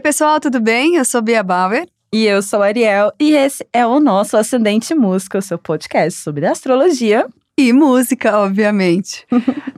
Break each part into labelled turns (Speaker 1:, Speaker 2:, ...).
Speaker 1: pessoal, tudo bem? Eu sou Bia Bauer.
Speaker 2: E eu sou a Ariel, e esse é o nosso Ascendente Música, o seu podcast sobre astrologia.
Speaker 1: E música, obviamente.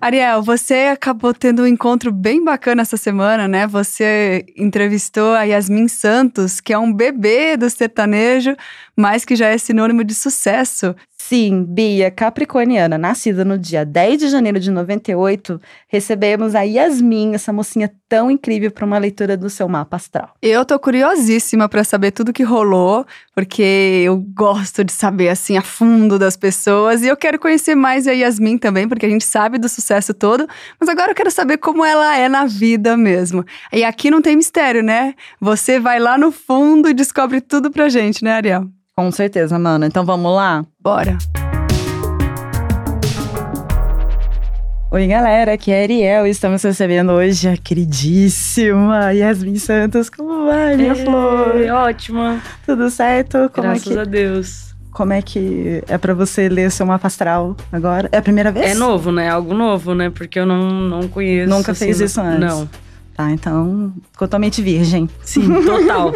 Speaker 1: Ariel, você acabou tendo um encontro bem bacana essa semana, né? Você entrevistou a Yasmin Santos, que é um bebê do sertanejo, mas que já é sinônimo de sucesso.
Speaker 2: Sim, Bia, capricorniana, nascida no dia 10 de janeiro de 98, recebemos a Yasmin, essa mocinha tão incrível, para uma leitura do seu mapa astral.
Speaker 1: Eu tô curiosíssima para saber tudo que rolou, porque eu gosto de saber assim a fundo das pessoas e eu quero conhecer mais a Yasmin também, porque a gente sabe do sucesso todo, mas agora eu quero saber como ela é na vida mesmo. E aqui não tem mistério, né? Você vai lá no fundo e descobre tudo pra gente, né, Ariel?
Speaker 2: Com certeza, mano. Então vamos lá?
Speaker 1: Bora.
Speaker 2: Oi, galera, aqui é a Ariel e estamos recebendo hoje a queridíssima Yasmin Santos. Como vai, minha flor?
Speaker 3: É, Ótima.
Speaker 2: Tudo certo? Como
Speaker 3: Graças
Speaker 2: é que
Speaker 3: a Deus.
Speaker 2: como é que é pra você ler seu mapa astral agora? É a primeira vez?
Speaker 3: É novo, né? Algo novo, né? Porque eu não, não conheço. assim,
Speaker 2: Nunca fez isso
Speaker 3: não-
Speaker 2: antes?
Speaker 3: Não.
Speaker 2: Tá, então, totalmente virgem.
Speaker 3: Sim, total.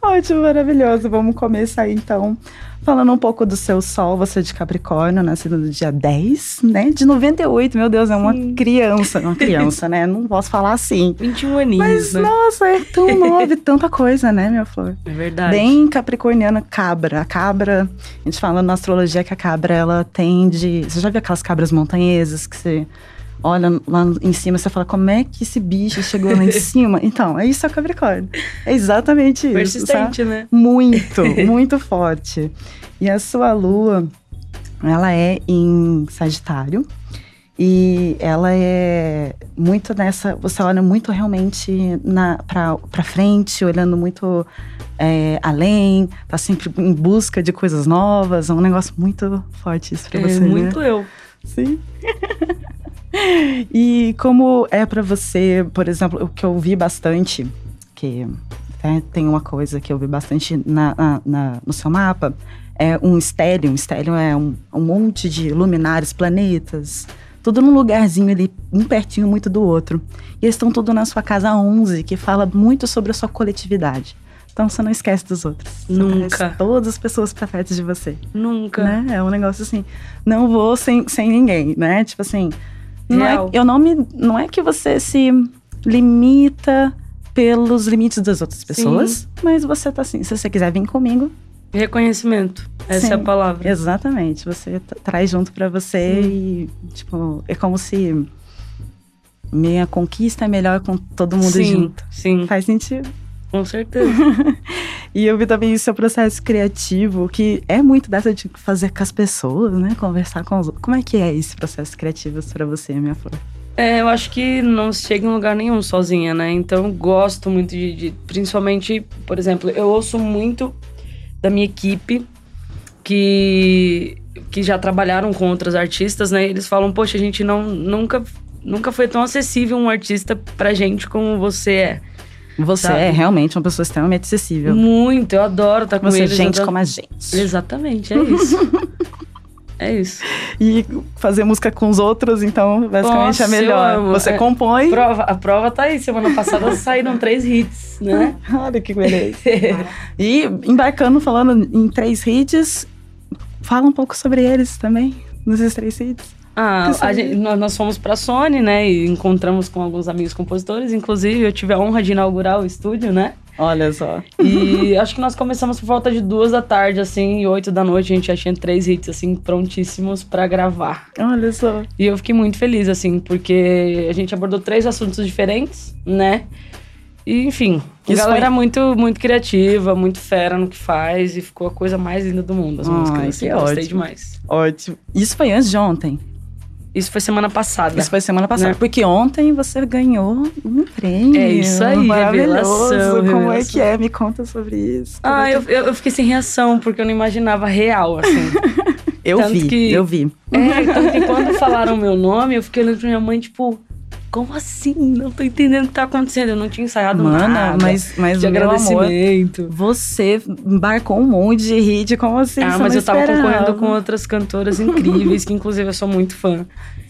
Speaker 2: Ótimo, maravilhoso. Vamos começar então falando um pouco do seu sol, você é de Capricórnio, nascido no dia 10, né? De 98, meu Deus, é uma
Speaker 3: Sim.
Speaker 2: criança, uma criança, né? Não posso falar assim.
Speaker 3: 21 aninhos,
Speaker 2: Mas,
Speaker 3: né?
Speaker 2: nossa, é tão nova e tanta coisa, né, minha flor?
Speaker 3: É verdade.
Speaker 2: Bem capricorniana, cabra. A cabra, a gente fala na astrologia que a cabra, ela tende. Você já viu aquelas cabras montanhesas que você olha lá em cima e você fala, como é que esse bicho chegou lá em cima? Então, é isso é o Capricórnio. É exatamente isso. sabe?
Speaker 3: Persistente, né?
Speaker 2: Muito, muito forte. E a sua lua, ela é em Sagitário. E ela é muito nessa. Você olha muito realmente na, pra, pra frente, olhando muito é, além, tá sempre em busca de coisas novas. É um negócio muito forte isso pra
Speaker 3: É
Speaker 2: você. né?
Speaker 3: muito eu.
Speaker 2: Sim. e como é pra você, por exemplo, o que eu vi bastante, que né, tem uma coisa que eu vi bastante na, na- na- no seu mapa, é um estélio. Um estélio é um, um monte de luminárias, planetas, tudo num lugarzinho ali, um pertinho muito do outro. E eles estão tudo na sua casa 11, que fala muito sobre a sua coletividade. Então você não esquece dos outros. Você
Speaker 3: Nunca.
Speaker 2: traz Todas as pessoas pra perto de você
Speaker 3: Nunca.
Speaker 2: né? É um negócio assim, não vou sem, sem ninguém, né? Tipo assim, não é,
Speaker 3: Real.
Speaker 2: eu não me, não é que você se limita pelos limites das outras pessoas, mas você tá assim, se você quiser vir comigo,
Speaker 3: Reconhecimento. Essa
Speaker 2: Sim.
Speaker 3: é a palavra.
Speaker 2: exatamente, você t- traz junto pra você e tipo, é como se minha conquista é melhor com todo mundo
Speaker 3: sim,
Speaker 2: junto.
Speaker 3: Sim,
Speaker 2: Faz sentido.
Speaker 3: com certeza.
Speaker 2: E eu vi também o seu processo criativo, que é muito dessa de fazer com as pessoas, né? Conversar com os outros. Como é que é esse processo criativo pra você, minha flor?
Speaker 3: É, eu acho que não chega em lugar nenhum sozinha, né? Então eu gosto muito de, de- Principalmente, por exemplo, eu ouço muito da minha equipe que, que já trabalharam com outras artistas, né? Eles falam, poxa, a gente não, nunca, nunca foi tão acessível um artista pra gente como você é.
Speaker 2: Você
Speaker 3: Sabe?
Speaker 2: é realmente uma pessoa extremamente acessível.
Speaker 3: Muito, eu adoro estar com
Speaker 2: Você é
Speaker 3: eles. eu
Speaker 2: gente
Speaker 3: adoro-
Speaker 2: como a gente.
Speaker 3: Exatamente, é isso. é isso.
Speaker 2: E fazer música com os outros, então, basicamente
Speaker 3: Nossa,
Speaker 2: é melhor.
Speaker 3: eu amo.
Speaker 2: Você
Speaker 3: É.
Speaker 2: compõe.
Speaker 3: Prova, a prova tá aí. Semana passada saíram três hits, né?
Speaker 2: Olha que beleza. e embarcando, falando em três hits, fala um pouco sobre eles também, nesses três hits.
Speaker 3: Ah,
Speaker 2: Isso
Speaker 3: a
Speaker 2: aí.
Speaker 3: gente- nós, nós fomos pra Sony, né? E encontramos com alguns amigos compositores. Inclusive, eu tive a honra de inaugurar o estúdio, né?
Speaker 2: Olha só.
Speaker 3: E acho que nós começamos por volta de duas da tarde, assim, e oito da noite a gente já tinha três hits, assim, prontíssimos pra gravar.
Speaker 2: Olha só.
Speaker 3: E eu fiquei muito feliz, assim, porque a gente abordou três assuntos diferentes, né? E, enfim, a
Speaker 2: Isso
Speaker 3: galera muito, muito criativa, muito fera no que faz, e ficou a coisa mais linda do mundo, as
Speaker 2: Ai,
Speaker 3: músicas.
Speaker 2: que
Speaker 3: Assim, gostei
Speaker 2: Ah, é ótimo.
Speaker 3: demais.
Speaker 2: Ótimo. Isso foi antes de ontem.
Speaker 3: Isso foi semana passada.
Speaker 2: Isso foi semana passada.
Speaker 3: Né?
Speaker 2: Porque ontem você ganhou um prêmio.
Speaker 3: É isso aí,
Speaker 2: maravilhoso.
Speaker 3: revelação,
Speaker 2: Como é
Speaker 3: revelação.
Speaker 2: que é? Me conta sobre isso.
Speaker 3: Ah, eu, eu eu fiquei sem reação, porque eu não imaginava real, assim.
Speaker 2: eu
Speaker 3: tanto
Speaker 2: vi,
Speaker 3: que-
Speaker 2: eu vi.
Speaker 3: é, tanto que quando falaram meu nome, eu fiquei olhando pra minha mãe, tipo, como assim? Não tô entendendo o que tá acontecendo. Eu não tinha ensaiado
Speaker 2: Mana,
Speaker 3: nada.
Speaker 2: mas, mas
Speaker 3: de
Speaker 2: meu amor,
Speaker 3: agradecimento.
Speaker 2: você embarcou um monte de hit, como assim?
Speaker 3: Ah,
Speaker 2: Você
Speaker 3: mas
Speaker 2: não
Speaker 3: eu tava
Speaker 2: esperava.
Speaker 3: concorrendo com outras cantoras incríveis, que inclusive eu sou muito fã.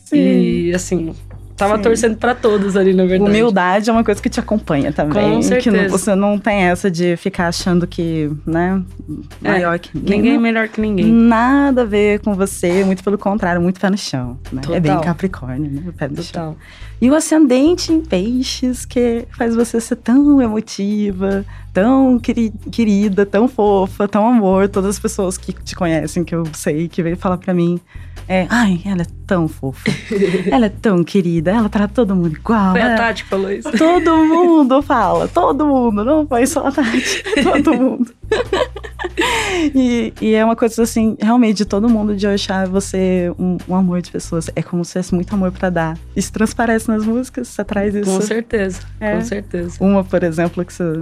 Speaker 2: Sim.
Speaker 3: E, assim, tava
Speaker 2: Sim.
Speaker 3: torcendo pra todos ali, na verdade.
Speaker 2: Humildade é uma coisa que te acompanha também.
Speaker 3: Com
Speaker 2: que não-
Speaker 3: certeza.
Speaker 2: você não tem essa de ficar achando que, né,
Speaker 3: É,
Speaker 2: maior que
Speaker 3: Ninguém é
Speaker 2: Não,
Speaker 3: melhor que
Speaker 2: Hum.
Speaker 3: ninguém.
Speaker 2: Nada a ver com você, muito pelo contrário, muito pé no chão. né? É
Speaker 3: Total.
Speaker 2: bem Capricórnio, né? Pé no chão.
Speaker 3: Total.
Speaker 2: E o ascendente em peixes, que faz você ser tão emotiva, tão queri- querida, tão fofa, tão amor. Todas as pessoas que te conhecem, que eu sei, que veio falar pra mim. É, ai, ela é tão fofa. ela é tão querida, ela trata todo mundo igual.
Speaker 3: Foi a
Speaker 2: ela-
Speaker 3: Tati que falou isso.
Speaker 2: Todo mundo fala, todo mundo, não foi só a Tati, todo mundo. E, e é uma coisa assim, realmente, de todo mundo, de eu achar você um, um amor de pessoas. É como se tivesse muito amor pra dar. Isso transparece nas músicas, você traz isso.
Speaker 3: Com certeza,
Speaker 2: É.
Speaker 3: com certeza.
Speaker 2: Uma, por exemplo, que você,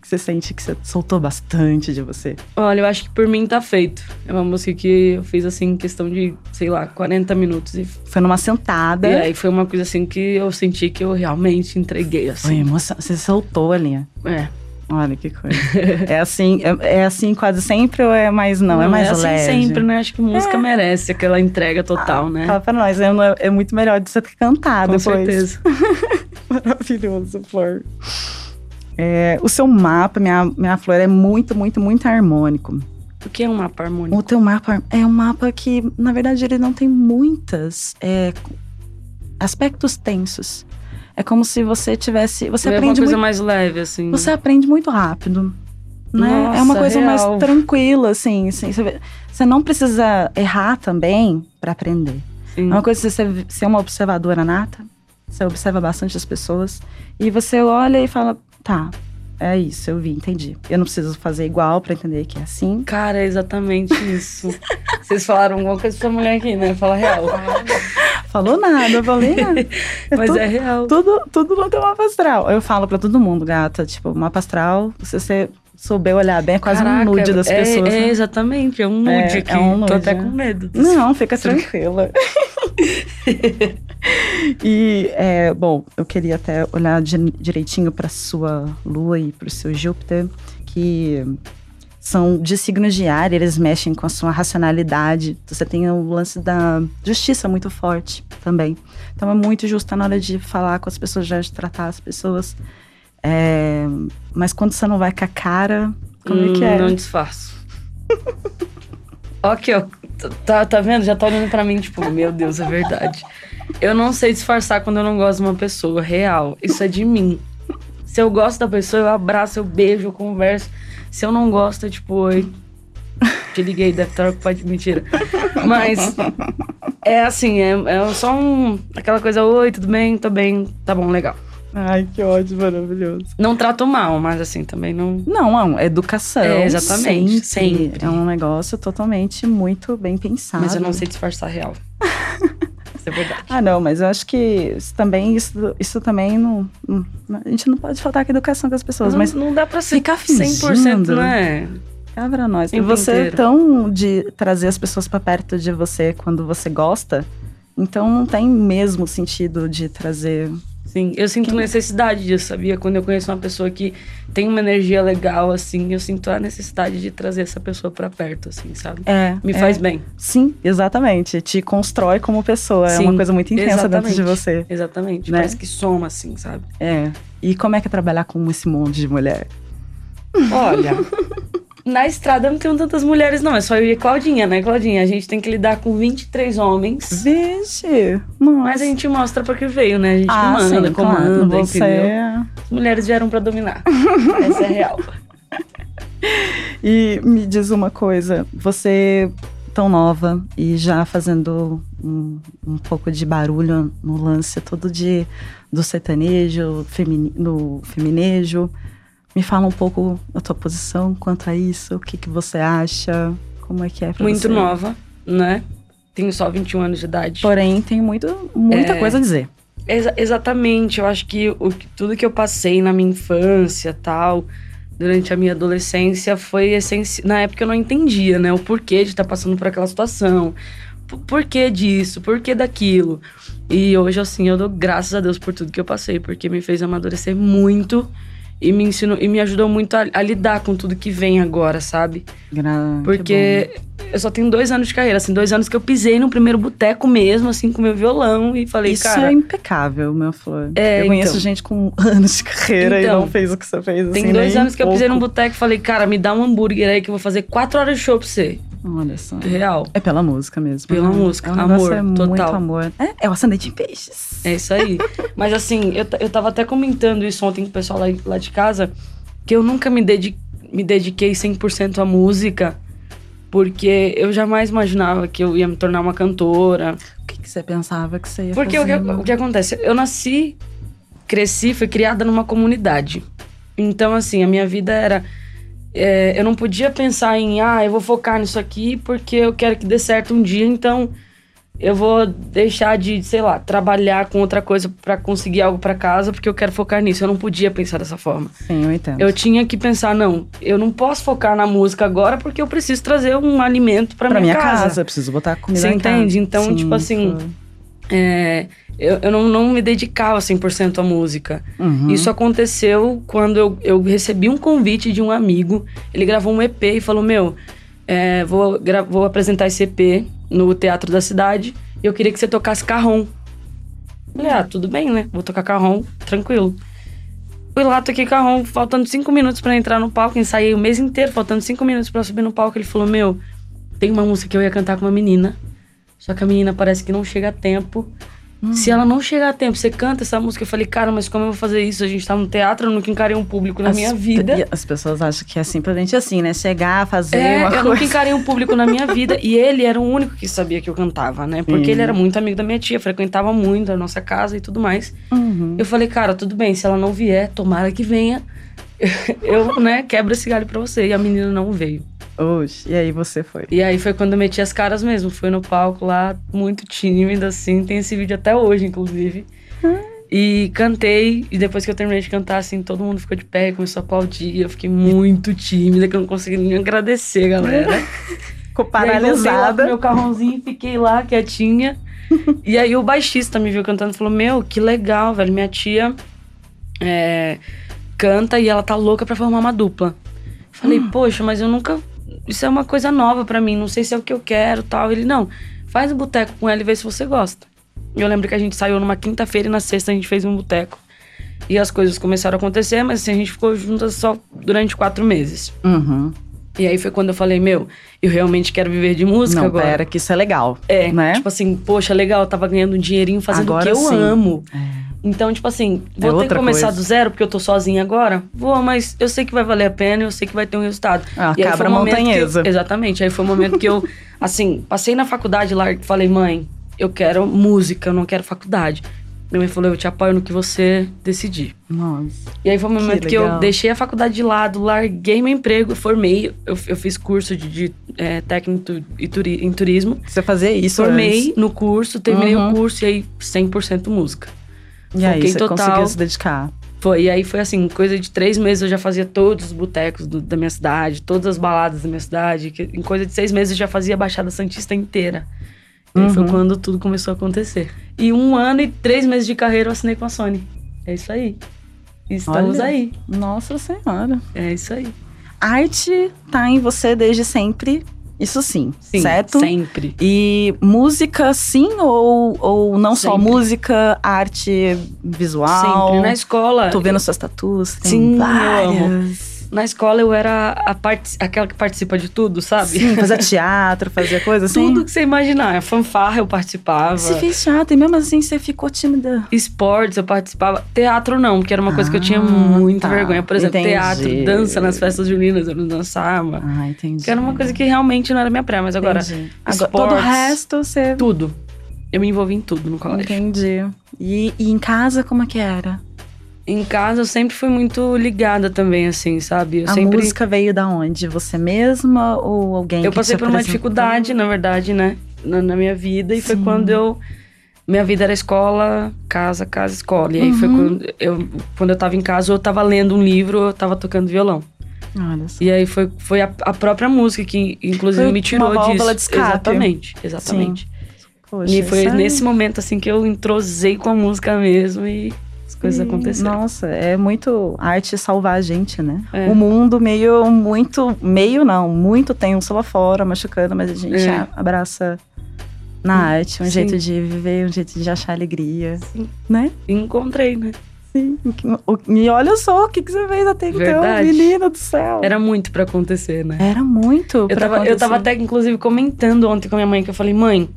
Speaker 2: que você sente que você soltou bastante de você.
Speaker 3: Olha, eu acho que por mim tá feito. É uma música que eu fiz assim em questão de, sei lá, 40 minutos. E,
Speaker 2: Foi numa sentada.
Speaker 3: e aí foi uma coisa assim que eu senti que eu realmente entreguei,
Speaker 2: Foi
Speaker 3: assim.
Speaker 2: emoção, você soltou ali.
Speaker 3: É.
Speaker 2: Olha que coisa. é assim, é, é assim quase sempre ou é mais não? é mais
Speaker 3: é assim
Speaker 2: leve? É.
Speaker 3: sempre, né? Acho que música merece aquela entrega total, né?
Speaker 2: Fala pra nós, é, uma- é muito melhor de ser cantar
Speaker 3: com
Speaker 2: Ah, depois.
Speaker 3: certeza.
Speaker 2: Maravilhoso, Flor. É, o seu mapa, minha, minha flor, é muito, muito, muito harmônico.
Speaker 3: O que é um mapa harmônico?
Speaker 2: O teu mapa é um mapa que, na verdade, ele não tem muitas é, aspectos tensos. É como se você tivesse. Você
Speaker 3: é uma
Speaker 2: aprende
Speaker 3: coisa
Speaker 2: muito.
Speaker 3: mais leve, assim.
Speaker 2: Você aprende muito rápido. Né? é uma
Speaker 3: Nossa,
Speaker 2: coisa
Speaker 3: real.
Speaker 2: mais tranquila, assim. assim, você, vê- você não precisa errar também pra aprender.
Speaker 3: Sim.
Speaker 2: É uma coisa que você ser uma observadora nata, você observa bastante as pessoas e você olha e fala, tá, é isso, eu vi, entendi. Eu não preciso fazer igual pra entender que é assim.
Speaker 3: Cara, é exatamente isso. Vocês falaram alguma coisa pra essa mulher aqui, né? Fala real.
Speaker 2: Falou nada, eu falei nada. É
Speaker 3: Mas
Speaker 2: tudo,
Speaker 3: é real.
Speaker 2: tudo, tudo no teu mapa astral. Eu falo pra todo mundo, gata, tipo, mapa astral, se você souber olhar bem, é quase
Speaker 3: Caraca,
Speaker 2: um nude das
Speaker 3: é-
Speaker 2: pessoas.
Speaker 3: É,
Speaker 2: né?
Speaker 3: exatamente, é um nude
Speaker 2: É, é
Speaker 3: aqui.
Speaker 2: um nude,
Speaker 3: Tô até
Speaker 2: é.
Speaker 3: com medo. disso.
Speaker 2: Não, fica tranquila. e, é, bom, eu queria até olhar di- direitinho para sua Lua e para o seu Júpiter, que são de signos de ar, eles mexem com a sua racionalidade. Você tem o lance da justiça muito forte também. Então é muito justo tá na hora de falar com as pessoas, já de tratar as pessoas. É, mas quando você não vai com a cara, como é que
Speaker 3: Hum,
Speaker 2: é?
Speaker 3: Não disfarço. ok, ó. t- Tá, tá vendo? Já tá olhando pra mim, tipo, meu Deus, é verdade. Eu não sei disfarçar quando eu não gosto de uma pessoa, real. Isso é de mim. Se eu gosto da pessoa, eu abraço, eu beijo, eu converso. Se eu não gosto, é tipo, oi. Te liguei, deve estar ocupado de mentira. Mas é assim, é, é só um, aquela coisa, oi, tudo bem? Tô bem, tá bom, legal.
Speaker 2: Ai, que ódio maravilhoso.
Speaker 3: Não trato mal, mas assim, também não.
Speaker 2: Não, é uma educação.
Speaker 3: É, exatamente,
Speaker 2: Sempre.
Speaker 3: sempre.
Speaker 2: É um negócio totalmente muito bem pensado.
Speaker 3: Mas eu não sei disfarçar real. Isso é verdade.
Speaker 2: Ah, não, mas eu acho que isso também, isso, isso também não. não- A gente não pode faltar com a educação das pessoas,
Speaker 3: Não-
Speaker 2: Então, mas
Speaker 3: não dá pra ser
Speaker 2: ficar
Speaker 3: 100%,
Speaker 2: fingindo.
Speaker 3: né?
Speaker 2: cá pra nós. E
Speaker 3: Tempo
Speaker 2: você é
Speaker 3: inteiro.
Speaker 2: tão de trazer as pessoas pra perto de você quando você gosta, então não tem mesmo sentido de trazer.
Speaker 3: Sim, eu sinto necessidade disso, sabia? Quando eu conheço uma pessoa que tem uma energia legal, assim, eu sinto a necessidade de trazer essa pessoa pra perto, assim, sabe?
Speaker 2: É.
Speaker 3: Me
Speaker 2: é.
Speaker 3: faz bem.
Speaker 2: Sim, exatamente. Te constrói como pessoa. é
Speaker 3: Sim,
Speaker 2: uma coisa muito intensa dentro de
Speaker 3: exatamente.
Speaker 2: você.
Speaker 3: Exatamente.
Speaker 2: Né?
Speaker 3: Parece que soma, assim, sabe?
Speaker 2: É. E como é que é trabalhar com esse monte de mulher?
Speaker 3: Olha, na estrada não tem tantas mulheres, não. É só eu e a Claudinha, né, Claudinha? A gente tem que lidar com 23 homens.
Speaker 2: Vixe, nossa.
Speaker 3: Mas a gente mostra pra que veio, né? A gente
Speaker 2: ah,
Speaker 3: manda,
Speaker 2: sim, claro,
Speaker 3: comanda,
Speaker 2: você
Speaker 3: entendeu?
Speaker 2: é-
Speaker 3: As mulheres vieram pra dominar. Essa é real.
Speaker 2: E me diz uma coisa, você tão nova e já fazendo um, um pouco de barulho no lance todo de do sertanejo, femini, do feminejo. Me fala um pouco da tua posição quanto a isso, o que, que você acha, como é que é pra
Speaker 3: Muito
Speaker 2: você?
Speaker 3: nova, né? Tenho só 21 anos de idade.
Speaker 2: Porém, tem muito, muita
Speaker 3: É.
Speaker 2: coisa a dizer.
Speaker 3: Exa- exatamente, eu acho que o, que- tudo que eu passei na minha infância tal, durante a minha adolescência, foi essencial. Na época eu não entendia, né? O porquê de estar passando por aquela situação. P- Porquê disso, porquê daquilo. E hoje, assim, eu dou graças a Deus por tudo que eu passei, porque me fez amadurecer muito e me ensinou e me ajudou muito a, a lidar com tudo que vem agora, sabe?
Speaker 2: Gra- que
Speaker 3: Porque eu só tenho dois anos de carreira, assim, dois anos que eu pisei no primeiro boteco mesmo, assim, com meu violão e
Speaker 2: bom.
Speaker 3: falei,
Speaker 2: Isso
Speaker 3: cara.
Speaker 2: é impecável, meu flor.
Speaker 3: É,
Speaker 2: eu conheço
Speaker 3: então.
Speaker 2: gente com anos de carreira e
Speaker 3: Então,
Speaker 2: não fez o que você fez.
Speaker 3: Tem
Speaker 2: assim,
Speaker 3: dois
Speaker 2: nem
Speaker 3: anos que eu pisei num
Speaker 2: pouco.
Speaker 3: boteco e falei, cara, me dá um hambúrguer aí que eu vou fazer quatro horas de show pra você.
Speaker 2: Olha só.
Speaker 3: Real.
Speaker 2: É pela música mesmo.
Speaker 3: Pela
Speaker 2: né?
Speaker 3: música,
Speaker 2: É um negócio,
Speaker 3: amor,
Speaker 2: é muito
Speaker 3: total.
Speaker 2: amor. É, é o ascendente em peixes.
Speaker 3: É isso aí. Mas assim, eu, ta- eu tava até comentando isso ontem com o pessoal lá, lá de casa, que eu nunca me, dedi me dediquei 100% à música, porque eu jamais imaginava que eu ia me tornar uma cantora.
Speaker 2: O que, que você pensava que você ia
Speaker 3: Porque o que,
Speaker 2: fazer?
Speaker 3: o que acontece? Eu nasci, cresci, fui criada numa comunidade. Então, assim, a minha vida era. é, eu não podia pensar em, ah, eu vou focar nisso aqui porque eu quero que dê certo um dia, então eu vou deixar de, sei lá, trabalhar com outra coisa pra conseguir algo pra casa porque eu quero focar nisso. Eu não podia pensar dessa forma.
Speaker 2: Sim, eu entendo.
Speaker 3: Eu tinha que pensar, não, eu não posso focar na música agora porque eu preciso trazer um alimento pra,
Speaker 2: pra minha casa.
Speaker 3: casa.
Speaker 2: eu preciso botar comida
Speaker 3: Você
Speaker 2: em casa.
Speaker 3: entende? Então,
Speaker 2: tá. Sim,
Speaker 3: tipo assim,
Speaker 2: flor.
Speaker 3: É, eu, eu não, não me dedicava 100% à música.
Speaker 2: Uhum.
Speaker 3: Isso aconteceu quando eu, eu recebi um convite de um amigo. Ele gravou um EP e falou: Meu, é, vou, gra- vou apresentar esse EP no Teatro da Cidade e eu queria que você tocasse carrom. Eu Falei: Ah, tudo bem, né? Vou tocar carrom, tranquilo. Fui lá, toquei carrom, faltando cinco minutos pra entrar no palco. Ensaiei o mês inteiro, faltando cinco minutos pra subir no palco. Ele falou: Meu, tem uma música que eu ia cantar com uma menina. Só que a menina parece que não chega a tempo.
Speaker 2: Hum.
Speaker 3: Se ela não chegar a tempo, você canta essa música. Eu falei, cara, mas como eu vou fazer isso? A gente tá no teatro, eu nunca encarei um público na
Speaker 2: As
Speaker 3: minha
Speaker 2: pe-
Speaker 3: vida.
Speaker 2: e As pessoas acham que é simplesmente assim, né? Chegar, fazer
Speaker 3: É,
Speaker 2: uma
Speaker 3: eu
Speaker 2: coisa.
Speaker 3: nunca encarei um público na minha vida. E ele era o único que sabia que eu cantava, né? Porque
Speaker 2: Sim.
Speaker 3: ele era muito amigo da minha tia, frequentava muito a nossa casa e tudo mais.
Speaker 2: Uhum.
Speaker 3: Eu falei, cara, tudo bem, se ela não vier, tomara que venha. Eu, né, quebro esse galho pra você. E a menina não veio.
Speaker 2: Oxe, e aí você foi.
Speaker 3: E aí foi quando eu meti as caras mesmo. Fui no palco lá, muito tímida, assim. Tem esse vídeo até hoje, inclusive. E cantei, e depois que eu terminei de cantar, assim, todo mundo ficou de pé e começou a aplaudir. Eu fiquei muito tímida, que eu não consegui nem agradecer, galera.
Speaker 2: Ficou
Speaker 3: E aí voltei lá pro
Speaker 2: paralisada.
Speaker 3: meu carrãozinho, fiquei lá quietinha. e aí o baixista me viu cantando e falou: Meu, que legal, velho. Minha tia é, canta e ela tá louca pra formar uma dupla. Falei, poxa, mas eu nunca. Isso é uma coisa nova pra mim, não sei se é o que eu quero tal. Ele, não, faz um boteco com ela e vê se você gosta. Eu lembro que a gente saiu numa quinta-feira e na sexta a gente fez um boteco. E as coisas começaram a acontecer, mas assim, a gente ficou juntas só durante quatro meses.
Speaker 2: Uhum.
Speaker 3: E aí foi quando eu falei, meu, eu realmente quero viver de música
Speaker 2: Não,
Speaker 3: agora.
Speaker 2: pera, que isso é legal.
Speaker 3: É,
Speaker 2: né?
Speaker 3: tipo assim, poxa, legal, eu tava ganhando um dinheirinho fazendo
Speaker 2: Agora
Speaker 3: o que eu
Speaker 2: sim.
Speaker 3: amo.
Speaker 2: É.
Speaker 3: Então, tipo assim,
Speaker 2: É
Speaker 3: vou ter que
Speaker 2: outra
Speaker 3: começar
Speaker 2: coisa.
Speaker 3: do zero porque eu tô sozinha agora? Vou, mas eu sei que vai valer a pena, eu sei que vai ter um resultado.
Speaker 2: Ah,
Speaker 3: E aí
Speaker 2: cabra
Speaker 3: foi o momento que eu-
Speaker 2: montanhesa.
Speaker 3: exatamente, aí foi o momento que eu, assim, passei na faculdade lá e falei, mãe, eu quero música, eu não quero faculdade. Minha mãe falou, eu te apoio no que você decidir.
Speaker 2: Nossa.
Speaker 3: E aí foi um
Speaker 2: Que
Speaker 3: momento que, eu
Speaker 2: legal.
Speaker 3: deixei a faculdade de lado, larguei meu emprego, formei, eu, eu fiz curso de, de, eh, técnico e turi- em turismo.
Speaker 2: Você fazia isso
Speaker 3: Formei
Speaker 2: antes.
Speaker 3: no curso, terminei
Speaker 2: Uhum.
Speaker 3: o curso e aí 100% música.
Speaker 2: E aí
Speaker 3: Foquei
Speaker 2: você
Speaker 3: total.
Speaker 2: conseguiu se dedicar.
Speaker 3: Foi, e aí foi assim, coisa de três meses eu já fazia todos os botecos do- da minha cidade, todas as baladas da minha cidade. que- em coisa de seis meses eu já fazia a Baixada Santista inteira. E aí foi
Speaker 2: Uhum.
Speaker 3: quando tudo começou a acontecer. E um ano e três meses de carreira eu assinei com a Sony. É isso aí. Estamos
Speaker 2: Olha.
Speaker 3: aí.
Speaker 2: Nossa Senhora.
Speaker 3: É isso aí.
Speaker 2: Arte tá em você desde sempre. Isso sim,
Speaker 3: Sim,
Speaker 2: certo?
Speaker 3: sempre.
Speaker 2: E música, sim, ou, ou não só
Speaker 3: Sempre.
Speaker 2: música, arte visual?
Speaker 3: Sempre. Na escola.
Speaker 2: Tô vendo suas tatuas. Tem
Speaker 3: Sim, eu
Speaker 2: várias.
Speaker 3: Na escola eu era a parte, aquela que participa de tudo, sabe?
Speaker 2: Sim, fazia teatro, fazia coisa assim.
Speaker 3: Tudo que você imaginar. Fanfarra eu participava.
Speaker 2: Você fez teatro e mesmo assim você ficou tímida.
Speaker 3: Esportes eu participava. Teatro não, porque era uma coisa que eu tinha
Speaker 2: Ah,
Speaker 3: muita
Speaker 2: tá.
Speaker 3: vergonha. Por exemplo,
Speaker 2: Entendi.
Speaker 3: teatro, dança nas festas juninas, eu não dançava.
Speaker 2: Ah, entendi.
Speaker 3: Que era uma coisa que realmente não era minha praia, mas agora,
Speaker 2: Entendi. Agora, todo o
Speaker 3: esportes.
Speaker 2: resto você.
Speaker 3: tudo. Eu me envolvi em tudo no colégio.
Speaker 2: Entendi. E, e em casa, como é que era?
Speaker 3: Em casa eu sempre fui muito ligada também, assim, sabe? Eu
Speaker 2: a
Speaker 3: sempre.
Speaker 2: música veio da onde? Você mesma ou alguém
Speaker 3: Eu
Speaker 2: que
Speaker 3: passei
Speaker 2: te
Speaker 3: por uma
Speaker 2: apresentou?
Speaker 3: dificuldade, na verdade, né? Na, na minha vida. E foi
Speaker 2: Sim.
Speaker 3: quando eu. Minha vida era escola, casa, casa, escola. E aí foi
Speaker 2: Uhum.
Speaker 3: quando eu, quando eu tava em casa, ou eu tava lendo um livro, ou eu tava tocando violão.
Speaker 2: Olha só.
Speaker 3: E aí foi, foi a, a própria música que, inclusive,
Speaker 2: Foi
Speaker 3: me tirou
Speaker 2: uma válvula
Speaker 3: disso.
Speaker 2: de escape.
Speaker 3: Exatamente, exatamente.
Speaker 2: Poxa,
Speaker 3: e foi
Speaker 2: isso é-
Speaker 3: nesse momento, assim, que eu entrosei com a música mesmo e coisas acontecerem.
Speaker 2: Nossa, é muito arte salvar a gente, né?
Speaker 3: É.
Speaker 2: O mundo meio, muito, meio não, muito tenso lá fora, machucando, mas a gente
Speaker 3: É.
Speaker 2: abraça na arte um
Speaker 3: Sim.
Speaker 2: jeito de viver, um jeito de achar alegria,
Speaker 3: Sim.
Speaker 2: né?
Speaker 3: Encontrei, né?
Speaker 2: Sim. O- E olha só o que, que você fez até
Speaker 3: Verdade.
Speaker 2: então, menina do céu.
Speaker 3: Era muito pra acontecer, né?
Speaker 2: Era muito
Speaker 3: Eu
Speaker 2: tipo, pra
Speaker 3: tava, eu tava
Speaker 2: acontecer.
Speaker 3: até, inclusive, comentando ontem com a minha mãe, que eu falei, mãe,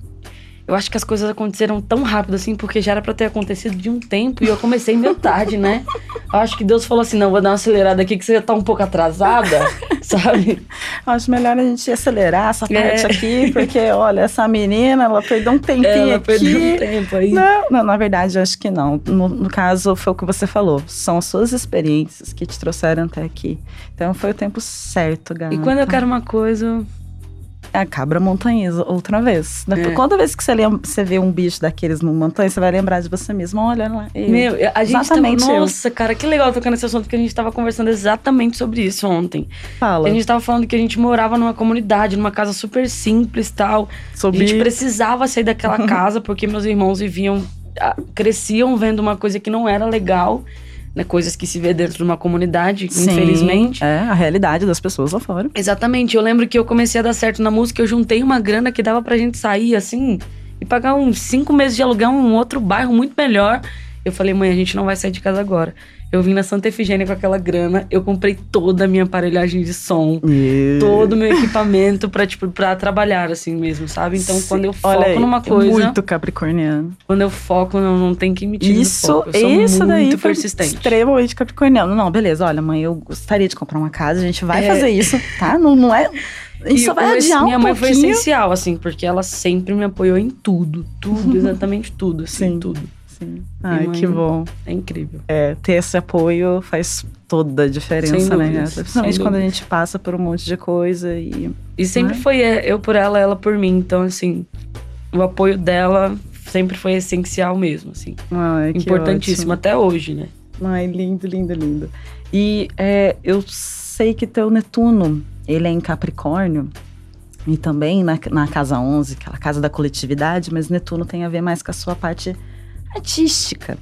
Speaker 3: eu acho que as coisas aconteceram tão rápido assim, porque já era pra ter acontecido de um tempo e eu comecei meio tarde, né? Eu acho que Deus falou assim, não, vou dar uma acelerada aqui que você já tá um pouco atrasada, sabe?
Speaker 2: Acho melhor a gente acelerar essa
Speaker 3: É.
Speaker 2: parte aqui, porque, olha, essa menina, ela perdeu um tempinho
Speaker 3: Ela
Speaker 2: aqui.
Speaker 3: perdeu um tempo aí.
Speaker 2: Não, não, na verdade, eu acho que não. No, no caso, foi o que você falou. São as suas experiências que te trouxeram até aqui. Então, foi o tempo certo, garota.
Speaker 3: E quando eu quero uma coisa,
Speaker 2: É a cabra montanhesa, outra vez. Da-
Speaker 3: É.
Speaker 2: Quando a vez que você, lembra- você vê um bicho daqueles no montanha, você vai lembrar de você mesma. Olha lá, eu.
Speaker 3: meu, a gente
Speaker 2: Exatamente
Speaker 3: tava,
Speaker 2: eu.
Speaker 3: nossa, cara, que legal tocar nesse assunto porque a gente tava conversando exatamente sobre isso ontem.
Speaker 2: Fala
Speaker 3: A gente tava falando que a gente morava numa comunidade, numa casa super simples, tal,
Speaker 2: sobre...
Speaker 3: A gente precisava sair daquela casa porque meus irmãos viviam, ah, cresciam vendo uma coisa que não era legal, né? Coisas que se vê dentro de uma comunidade,
Speaker 2: Sim,
Speaker 3: infelizmente.
Speaker 2: É, a realidade das pessoas lá fora.
Speaker 3: Exatamente. Eu lembro que eu comecei a dar certo na música, eu juntei uma grana que dava pra gente sair assim e pagar uns cinco meses de aluguel em um outro bairro muito melhor. Eu falei, mãe, a gente não vai sair de casa agora. Eu vim na Santa Efigênia com aquela grana, eu comprei toda a minha aparelhagem de som todo o meu equipamento pra, tipo, pra trabalhar, assim mesmo, sabe? Então,
Speaker 2: Sim,
Speaker 3: quando eu
Speaker 2: olha
Speaker 3: foco
Speaker 2: aí, é
Speaker 3: numa coisa,
Speaker 2: Muito capricorniano.
Speaker 3: quando eu foco, não, não tem que me tirar do
Speaker 2: Isso,
Speaker 3: foco. Eu sou
Speaker 2: isso
Speaker 3: muito
Speaker 2: daí foi
Speaker 3: persistente.
Speaker 2: extremamente capricorniano. Não, beleza, olha, mãe, eu gostaria de comprar uma casa, a gente vai
Speaker 3: É.
Speaker 2: fazer isso, tá? Não, não é.
Speaker 3: E
Speaker 2: Isso só vai
Speaker 3: o-
Speaker 2: adiar
Speaker 3: Minha
Speaker 2: um
Speaker 3: mãe foi
Speaker 2: pouquinho.
Speaker 3: essencial, assim, porque ela sempre me apoiou em tudo. Tudo, exatamente tudo, assim,
Speaker 2: Sim.
Speaker 3: tudo.
Speaker 2: Sim. Ai,
Speaker 3: Minha mãe-
Speaker 2: que bom.
Speaker 3: É incrível.
Speaker 2: É, ter esse apoio faz toda a diferença,
Speaker 3: Sem
Speaker 2: né?
Speaker 3: dúvidas,
Speaker 2: gata? Principalmente
Speaker 3: sem
Speaker 2: quando a
Speaker 3: dúvidas.
Speaker 2: gente passa por um monte de coisa e.
Speaker 3: E sempre
Speaker 2: Né?
Speaker 3: foi é, eu por ela, ela por mim. Então, assim, o apoio dela sempre foi essencial mesmo, assim.
Speaker 2: Ai, que
Speaker 3: Importantíssimo até hoje, né?
Speaker 2: ótimo. Ai, lindo, lindo, lindo. E é, eu sei que teu Netuno, ele é em Capricórnio. E também na, na casa 11, aquela casa da coletividade, mas Netuno tem a ver mais com a sua parte artística.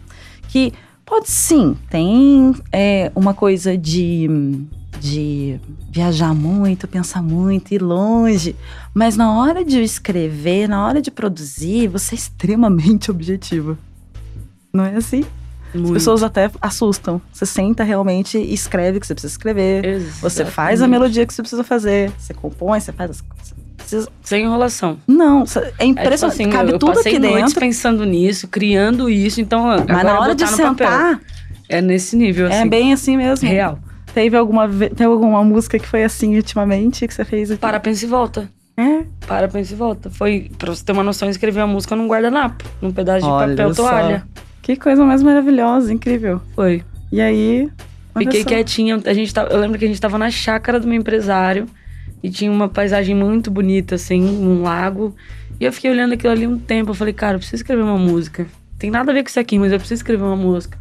Speaker 2: Que pode sim, tem é, uma coisa de, de viajar muito, pensar muito, ir longe, mas na hora de escrever, na hora de produzir, você é extremamente objetiva. Não é assim? As
Speaker 3: Muito.
Speaker 2: pessoas até assustam. Você senta realmente e escreve o que você precisa escrever. Você faz a
Speaker 3: Exatamente.
Speaker 2: melodia que você precisa fazer. Você compõe, você faz as coisas. Precisa-
Speaker 3: Sem enrolação.
Speaker 2: Não, cê- é
Speaker 3: É, tipo
Speaker 2: impressionante.
Speaker 3: assim,
Speaker 2: Cabe
Speaker 3: eu, eu
Speaker 2: tudo
Speaker 3: passei
Speaker 2: aqui
Speaker 3: noites
Speaker 2: dentro.
Speaker 3: pensando nisso, criando isso, então
Speaker 2: Mas na hora de
Speaker 3: no papel.
Speaker 2: sentar,
Speaker 3: É nesse nível, assim.
Speaker 2: é bem assim mesmo.
Speaker 3: Real.
Speaker 2: Teve alguma, ve- teve alguma música que foi assim ultimamente que você fez? aqui?
Speaker 3: Para, pensa e volta.
Speaker 2: É?
Speaker 3: Para, pensa e volta. Foi, pra você ter uma noção, eu escrevi a música num guardanapo, num pedaço de
Speaker 2: Olha
Speaker 3: papel
Speaker 2: só.
Speaker 3: toalha.
Speaker 2: Que coisa mais maravilhosa, incrível.
Speaker 3: Foi.
Speaker 2: E aí. olha
Speaker 3: Fiquei
Speaker 2: só.
Speaker 3: quietinha. A gente tava- eu lembro que a gente tava na chácara do meu empresário e tinha uma paisagem muito bonita, assim, um lago. E eu fiquei olhando aquilo ali um tempo. Eu falei, cara, eu preciso escrever uma música. Tem nada a ver com isso aqui, mas eu preciso escrever uma música.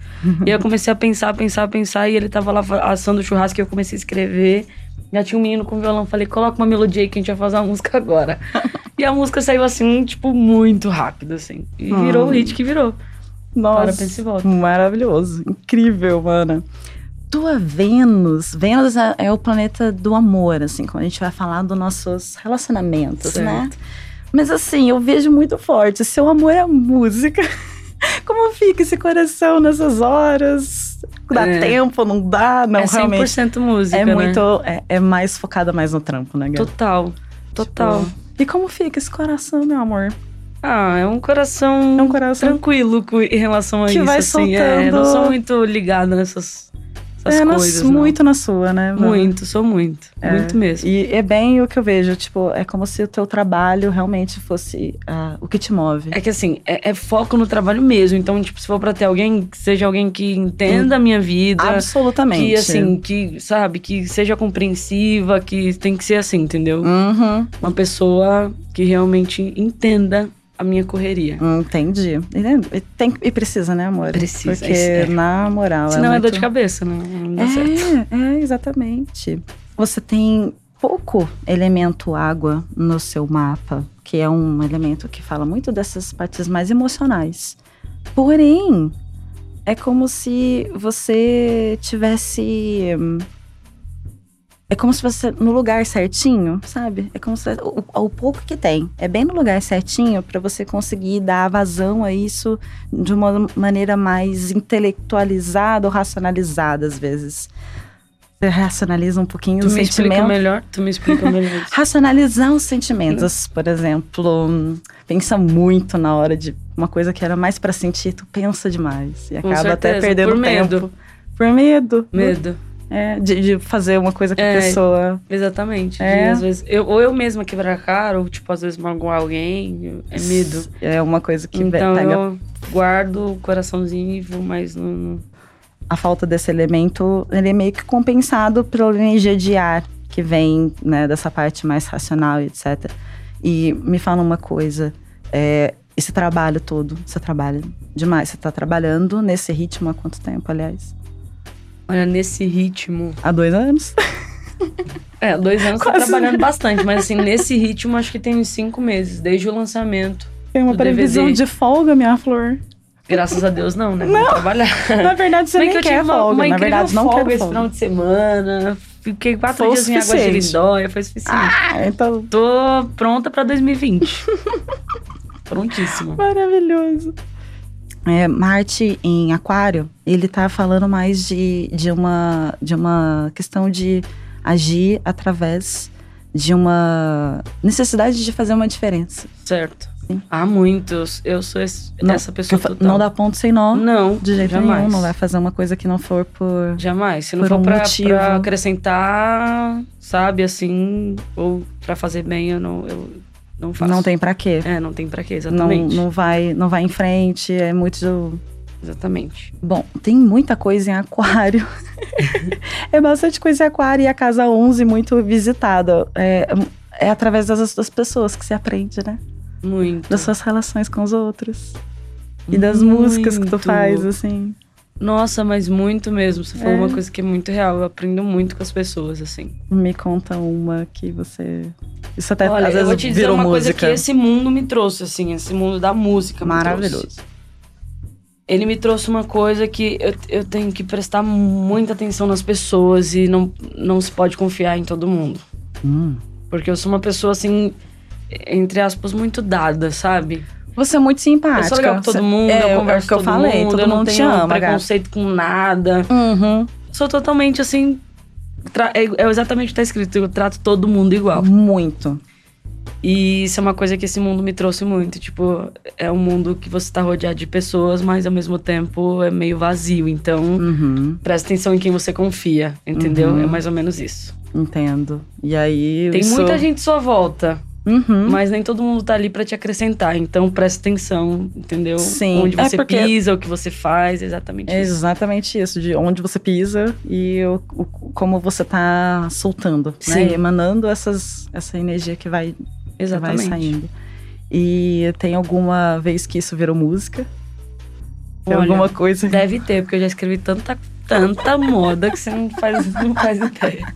Speaker 3: e aí eu comecei a pensar, pensar, pensar. E ele tava lá fa- assando churrasco e eu comecei a escrever. Já tinha um menino com violão. Falei, coloca uma melodia aí que a gente vai fazer uma música agora. e a música saiu assim, tipo, muito rápido, assim. E virou o
Speaker 2: Ah.
Speaker 3: hit que virou.
Speaker 2: Nossa,
Speaker 3: Para, pensa e volta.
Speaker 2: Maravilhoso. Incrível, mana. Tua Vênus. Vênus é, é o planeta do amor, assim, quando a gente vai falar dos nossos relacionamentos,
Speaker 3: Certo.
Speaker 2: né? Mas assim, eu vejo muito forte. Seu amor é música. Como fica esse coração nessas horas? Dá
Speaker 3: É.
Speaker 2: tempo? Não dá? Não,
Speaker 3: é 100%
Speaker 2: realmente.
Speaker 3: música,
Speaker 2: É
Speaker 3: né?
Speaker 2: muito. É, é mais focada mais no trampo, né, Gabi?
Speaker 3: Total, total.
Speaker 2: Tipo, E como fica esse coração, meu amor?
Speaker 3: Ah, é um
Speaker 2: É
Speaker 3: coração
Speaker 2: um coração
Speaker 3: tranquilo com- em relação a
Speaker 2: Que
Speaker 3: isso.
Speaker 2: vai
Speaker 3: assim, é,
Speaker 2: soltando-
Speaker 3: não sou muito ligada nessas essas
Speaker 2: é, nas-
Speaker 3: coisas. não.
Speaker 2: muito na sua, né? mana?
Speaker 3: muito, sou muito. Muito mesmo.
Speaker 2: E é bem o que eu vejo, tipo, é como se o teu trabalho realmente fosse ah, o que te move.
Speaker 3: É que assim, é, é foco no trabalho mesmo. Então, tipo, se for pra ter alguém, que seja alguém que entenda a minha vida.
Speaker 2: Absolutamente.
Speaker 3: Que assim, que, sabe, que seja compreensiva, que tem que ser assim, entendeu?
Speaker 2: Uhum,
Speaker 3: Uma pessoa que realmente entenda a minha correria.
Speaker 2: entendi. E, né, e tem, e precisa, né, amor?
Speaker 3: Precisa,
Speaker 2: Porque,
Speaker 3: isso é.
Speaker 2: na moral.
Speaker 3: Senão é
Speaker 2: muito...
Speaker 3: dor de cabeça, né? Não dá certo.
Speaker 2: É, é, exatamente. Você tem pouco elemento água no seu mapa, que é um elemento que fala muito dessas partes mais emocionais. Porém, é como se você tivesse. hum, É como se você no lugar certinho, sabe? É como se o, o pouco que tem é bem no lugar certinho para você conseguir dar vazão a isso de uma maneira mais intelectualizada ou racionalizada às vezes. Você racionaliza um pouquinho
Speaker 3: Tu
Speaker 2: o
Speaker 3: me explica
Speaker 2: sentimento.
Speaker 3: melhor? Tu me explica melhor. isso.
Speaker 2: Racionalizar
Speaker 3: Uhum.
Speaker 2: os sentimentos, por exemplo, hum, pensa muito na hora de uma coisa que era mais pra sentir, tu pensa demais e
Speaker 3: Com
Speaker 2: acaba até
Speaker 3: certeza,
Speaker 2: perdendo
Speaker 3: por medo.
Speaker 2: tempo. Por medo.
Speaker 3: Medo.
Speaker 2: É, de, de fazer uma coisa que
Speaker 3: É.
Speaker 2: a pessoa.
Speaker 3: Exatamente. de,
Speaker 2: É.
Speaker 3: às vezes, eu, ou eu mesma quebrar a cara, ou tipo, às vezes magoar alguém. É medo.
Speaker 2: É uma coisa que ve-
Speaker 3: então
Speaker 2: pega.
Speaker 3: eu guardo o coraçãozinho e vou mais no. no-
Speaker 2: A falta desse elemento, ele é meio que compensado pela energia de ar que vem né, dessa parte mais racional e etc. E me fala uma coisa. é, esse trabalho todo, você trabalha demais. Você tá trabalhando nesse ritmo há quanto tempo, aliás?
Speaker 3: Olha, nesse ritmo.
Speaker 2: Há dois anos.
Speaker 3: É, dois anos tô
Speaker 2: Quase. um
Speaker 3: trabalhando bastante, mas assim, nesse ritmo acho que tem uns cinco meses, desde o lançamento.
Speaker 2: Tem uma
Speaker 3: Do
Speaker 2: previsão
Speaker 3: DVD.
Speaker 2: de folga, minha flor.
Speaker 3: Graças a Deus, não, né? Vou trabalhar.
Speaker 2: Na verdade, você
Speaker 3: Bem
Speaker 2: nem
Speaker 3: que eu
Speaker 2: quer
Speaker 3: tive uma,
Speaker 2: folga.
Speaker 3: uma
Speaker 2: Na
Speaker 3: incrível
Speaker 2: verdade, não
Speaker 3: folga
Speaker 2: quero
Speaker 3: esse final
Speaker 2: folga.
Speaker 3: de semana. Fiquei quatro
Speaker 2: Foi o
Speaker 3: dias em Águas de
Speaker 2: suficiente.
Speaker 3: Lindóia, foi suficiente.
Speaker 2: Ah, então,
Speaker 3: Tô pronta pra 2020. Prontíssima.
Speaker 2: maravilhoso. É, Marte em Aquário, ele tá falando mais de, de, uma, de uma questão de agir através de uma necessidade de fazer uma diferença.
Speaker 3: Certo.
Speaker 2: Sim.
Speaker 3: Há muitos. Eu sou esse-
Speaker 2: Não,
Speaker 3: essa
Speaker 2: Que eu
Speaker 3: pessoa
Speaker 2: fa-
Speaker 3: total.
Speaker 2: não dá ponto sem nó,
Speaker 3: Não,
Speaker 2: de jeito
Speaker 3: jamais.
Speaker 2: nenhum. Não vai fazer uma coisa que não for por.
Speaker 3: Jamais. Se não
Speaker 2: Por
Speaker 3: for
Speaker 2: um
Speaker 3: pra,
Speaker 2: motivo.
Speaker 3: pra acrescentar, sabe, assim, ou pra fazer bem, eu não, eu não faço.
Speaker 2: Não tem pra quê.
Speaker 3: É, não tem pra quê,
Speaker 2: Não,
Speaker 3: exatamente.
Speaker 2: não, vai, não vai em frente, é muito
Speaker 3: Exatamente.
Speaker 2: Bom, tem muita coisa em aquário. é bastante coisa em aquário e a casa 11 muito visitada. É, é através das, das pessoas que se aprende, né?
Speaker 3: Muito.
Speaker 2: Das suas relações com os outros. E das músicas que tu
Speaker 3: Muito.
Speaker 2: faz, assim.
Speaker 3: Nossa, mas muito mesmo. Você falou
Speaker 2: É.
Speaker 3: uma coisa que é muito real. Eu aprendo muito com as pessoas, assim.
Speaker 2: Me conta uma que você. Isso até
Speaker 3: Olha,
Speaker 2: É, às
Speaker 3: eu
Speaker 2: vezes
Speaker 3: vou te dizer
Speaker 2: virou
Speaker 3: uma coisa
Speaker 2: música.
Speaker 3: que esse é mundo me trouxe, assim. Esse mundo da música me trouxe.
Speaker 2: Maravilhoso.
Speaker 3: ele me trouxe uma coisa que eu, eu tenho que prestar muita atenção nas pessoas e não, não se pode confiar em todo mundo.
Speaker 2: Hum.
Speaker 3: Porque eu sou uma pessoa, assim, entre aspas, muito dada, sabe?
Speaker 2: Você é muito
Speaker 3: eu
Speaker 2: simpática.
Speaker 3: sou legal com todo
Speaker 2: Você-
Speaker 3: mundo,
Speaker 2: é, é
Speaker 3: eu
Speaker 2: o
Speaker 3: converso
Speaker 2: que eu
Speaker 3: com todo
Speaker 2: falei,
Speaker 3: mundo,
Speaker 2: todo
Speaker 3: eu não
Speaker 2: mundo um te
Speaker 3: tenho
Speaker 2: ama, gata.
Speaker 3: preconceito com nada.
Speaker 2: Uhum.
Speaker 3: Sou totalmente, assim, tra- é, é exatamente o que tá escrito, eu trato todo mundo igual.
Speaker 2: Uhum. Muito.
Speaker 3: E isso é uma coisa que esse mundo me trouxe muito, tipo, é um mundo que você tá rodeado de pessoas, mas ao mesmo tempo é meio vazio, então...
Speaker 2: Uhum.
Speaker 3: Presta atenção em quem você confia, entendeu?
Speaker 2: Uhum.
Speaker 3: É mais ou menos isso.
Speaker 2: Entendo. E aí.
Speaker 3: Tem
Speaker 2: isso...
Speaker 3: muita gente à sua volta,
Speaker 2: Uhum.
Speaker 3: mas nem todo mundo tá ali pra te acrescentar. Então presta atenção, entendeu?
Speaker 2: Sim,
Speaker 3: Onde
Speaker 2: é
Speaker 3: você
Speaker 2: porque-
Speaker 3: pisa, o que você faz, exatamente
Speaker 2: É
Speaker 3: isso.
Speaker 2: exatamente isso, de onde você pisa e o, o- como você tá soltando,
Speaker 3: Sim.
Speaker 2: né? Emanando essas, essa energia que vai, que vai
Speaker 3: Exatamente.
Speaker 2: saindo. E tem alguma vez que isso virou música? Tem
Speaker 3: Olha,
Speaker 2: alguma coisa.
Speaker 3: Deve ter, porque eu já escrevi tanta, tanta moda que você não faz, não faz ideia.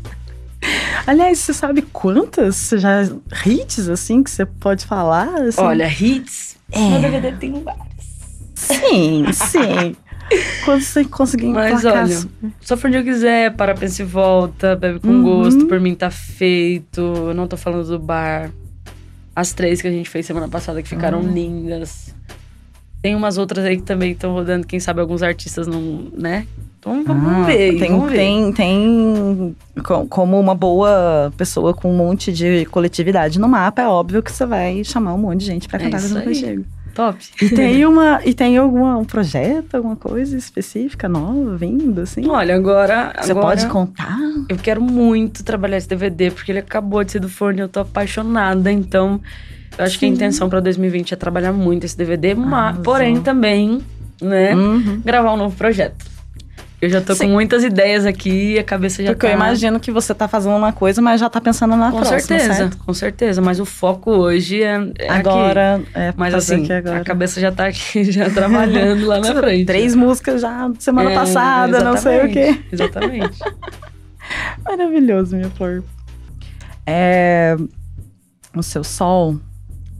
Speaker 2: Aliás, você sabe quantas já hits assim que você pode falar? assim?
Speaker 3: Olha, hits. Meu
Speaker 2: É.
Speaker 3: DVD tem vários.
Speaker 2: Sim, sim. Quando você conseguir
Speaker 3: Mas
Speaker 2: emplacar
Speaker 3: olha,
Speaker 2: su-
Speaker 3: Sofra onde eu quiser, para, pensa e volta, bebe com
Speaker 2: Uhum.
Speaker 3: gosto, por mim tá feito. Eu não tô falando do bar. As três que a gente fez semana passada que ficaram
Speaker 2: Ah.
Speaker 3: lindas. Tem umas outras aí que também estão rodando, quem sabe alguns artistas não, né? Então vamos
Speaker 2: Ah,
Speaker 3: ver,
Speaker 2: Tem,
Speaker 3: vamos ver.
Speaker 2: tem, tem co- como uma boa pessoa com um monte de coletividade no mapa, é óbvio que você vai chamar um monte de gente pra
Speaker 3: É
Speaker 2: cantar
Speaker 3: isso
Speaker 2: no
Speaker 3: aí.
Speaker 2: Conchego.
Speaker 3: Top.
Speaker 2: E tem uma e tem algum projeto, alguma coisa específica nova vindo assim?
Speaker 3: Olha, agora,
Speaker 2: Você
Speaker 3: agora
Speaker 2: pode contar?
Speaker 3: eu quero muito trabalhar esse DVD, porque ele acabou de ser do forno e eu tô apaixonada, então eu acho que a
Speaker 2: Sim.
Speaker 3: intenção pra 2020 é trabalhar muito esse DVD, mas,
Speaker 2: Arrasou.
Speaker 3: porém também, né?
Speaker 2: Uhum.
Speaker 3: gravar um novo projeto. Eu já tô
Speaker 2: Sim.
Speaker 3: com muitas ideias aqui e a cabeça já
Speaker 2: Porque
Speaker 3: tá...
Speaker 2: eu imagino que você tá fazendo uma coisa, mas já tá pensando na
Speaker 3: Com
Speaker 2: próxima,
Speaker 3: certeza,
Speaker 2: certo?
Speaker 3: com certeza. Mas o foco hoje é, é aqui.
Speaker 2: Agora, é
Speaker 3: Mas
Speaker 2: fazer
Speaker 3: assim,
Speaker 2: aqui agora.
Speaker 3: a cabeça já tá aqui, já trabalhando lá na frente.
Speaker 2: Três músicas já semana
Speaker 3: É,
Speaker 2: passada, não sei o quê.
Speaker 3: exatamente, Exatamente.
Speaker 2: Maravilhoso, minha flor. É, o seu sol,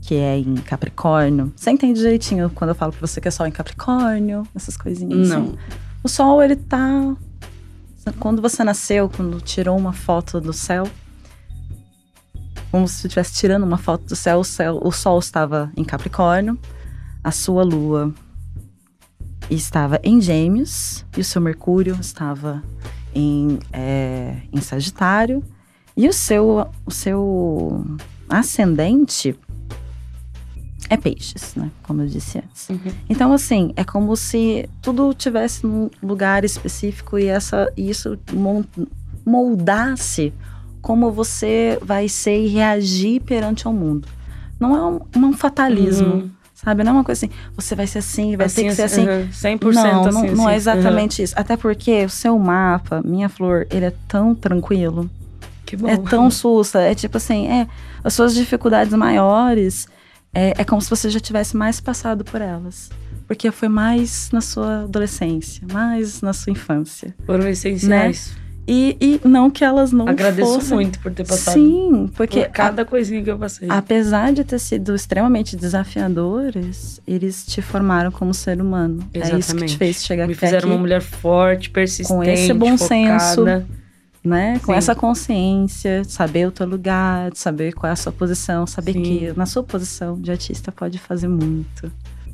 Speaker 2: que é em Capricórnio. Você entende direitinho quando eu falo pra você que é sol em Capricórnio, essas coisinhas assim?
Speaker 3: Não.
Speaker 2: O sol, ele tá. Quando você nasceu, quando tirou uma foto do céu, como se estivesse tirando uma foto do céu, o, céu, o sol estava em Capricórnio, a sua lua estava em Gêmeos e o seu Mercúrio estava em, é, em Sagitário e o seu, o seu ascendente é peixes, né? Como eu disse antes.
Speaker 3: Uhum.
Speaker 2: Então, assim, é como se tudo tivesse num lugar específico e essa, e isso mon- moldasse como você vai ser e reagir perante ao mundo. Não é um, um fatalismo,
Speaker 3: Uhum.
Speaker 2: sabe? Não é uma coisa assim, você vai ser assim, vai ter que ser assim.
Speaker 3: aham, 100%
Speaker 2: Não, não,
Speaker 3: assim.
Speaker 2: não é
Speaker 3: assim.
Speaker 2: exatamente isso. Até porque o seu mapa, minha flor, ele é tão tranquilo.
Speaker 3: Aham. Que bom.
Speaker 2: É tão sussa. É tipo assim, é, as suas dificuldades maiores é, é como se você já tivesse mais passado por elas. Porque foi mais na sua adolescência, mais na sua infância.
Speaker 3: Foram essenciais.
Speaker 2: né? E, e não que elas não
Speaker 3: Agradeço
Speaker 2: fossem.
Speaker 3: muito por ter passado
Speaker 2: Sim, porque
Speaker 3: por cada coisinha que eu passei.
Speaker 2: a- apesar de ter sido extremamente desafiadores, eles te formaram como ser humano. É isso que te
Speaker 3: Exatamente.
Speaker 2: fez chegar
Speaker 3: Me
Speaker 2: até
Speaker 3: fizeram
Speaker 2: aqui.
Speaker 3: uma mulher forte, persistente,
Speaker 2: Com esse bom
Speaker 3: focada.
Speaker 2: senso. né? Com
Speaker 3: Sim.
Speaker 2: essa consciência, de saber o teu lugar, de saber qual é a sua posição, saber
Speaker 3: Sim.
Speaker 2: que na sua posição de artista pode fazer muito.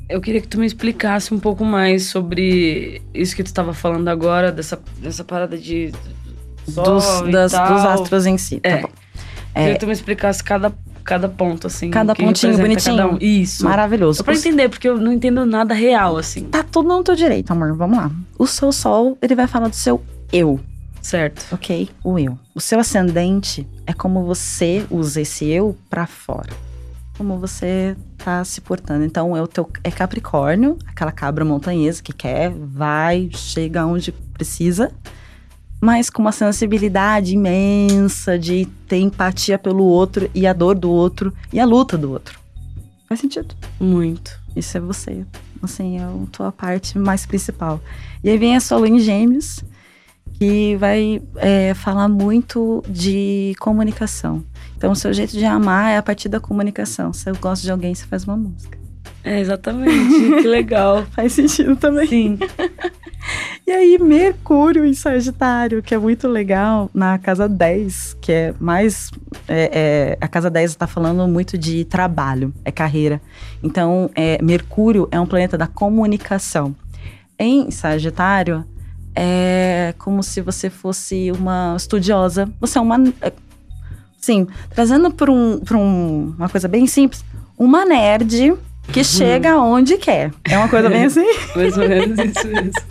Speaker 3: Eu queria que tu me explicasse um pouco mais sobre isso que tu estava falando agora, dessa, dessa parada de. sol
Speaker 2: dos,
Speaker 3: e
Speaker 2: das-
Speaker 3: tal.
Speaker 2: dos astros em si, tá
Speaker 3: É.
Speaker 2: bom?
Speaker 3: Eu queria que tu me explicasse cada, cada ponto, assim.
Speaker 2: Cada
Speaker 3: o que
Speaker 2: pontinho
Speaker 3: representa cada
Speaker 2: bonitinho.
Speaker 3: um. Isso.
Speaker 2: Maravilhoso.
Speaker 3: Só pra
Speaker 2: O-
Speaker 3: entender, porque eu não entendo nada real, assim.
Speaker 2: Tá tudo no teu direito, amor. Vamos lá. O seu sol, ele vai falar do seu eu,
Speaker 3: Certo.
Speaker 2: ok? O eu. O seu ascendente é como você usa esse eu pra fora. Como você tá se portando. Então, é o teu é Capricórnio, aquela cabra montanhesa que quer, vai, chega onde precisa. mas com uma sensibilidade imensa de ter empatia pelo outro e a dor do outro e a luta do outro. Faz sentido.
Speaker 3: Muito.
Speaker 2: Isso é você. Assim, é a tua parte mais principal. E aí vem a sua lua em gêmeos, que vai é, falar muito de comunicação. Então, o seu jeito de amar é a partir da comunicação. Se eu gosto de alguém, você faz uma música.
Speaker 3: É, exatamente. que legal.
Speaker 2: Faz sentido também.
Speaker 3: Sim.
Speaker 2: E aí, Mercúrio em Sagitário, que é muito legal, na casa 10, que é mais. é, é, a casa 10 está falando muito de trabalho, é carreira. Então, é, Mercúrio é um planeta da comunicação. Em Sagitário, é como se você fosse uma estudiosa. Você é uma. é, Sim, trazendo para um, pra um- uma coisa bem simples, uma nerd que chega onde quer. É uma coisa bem assim.
Speaker 3: Mais ou menos isso mesmo.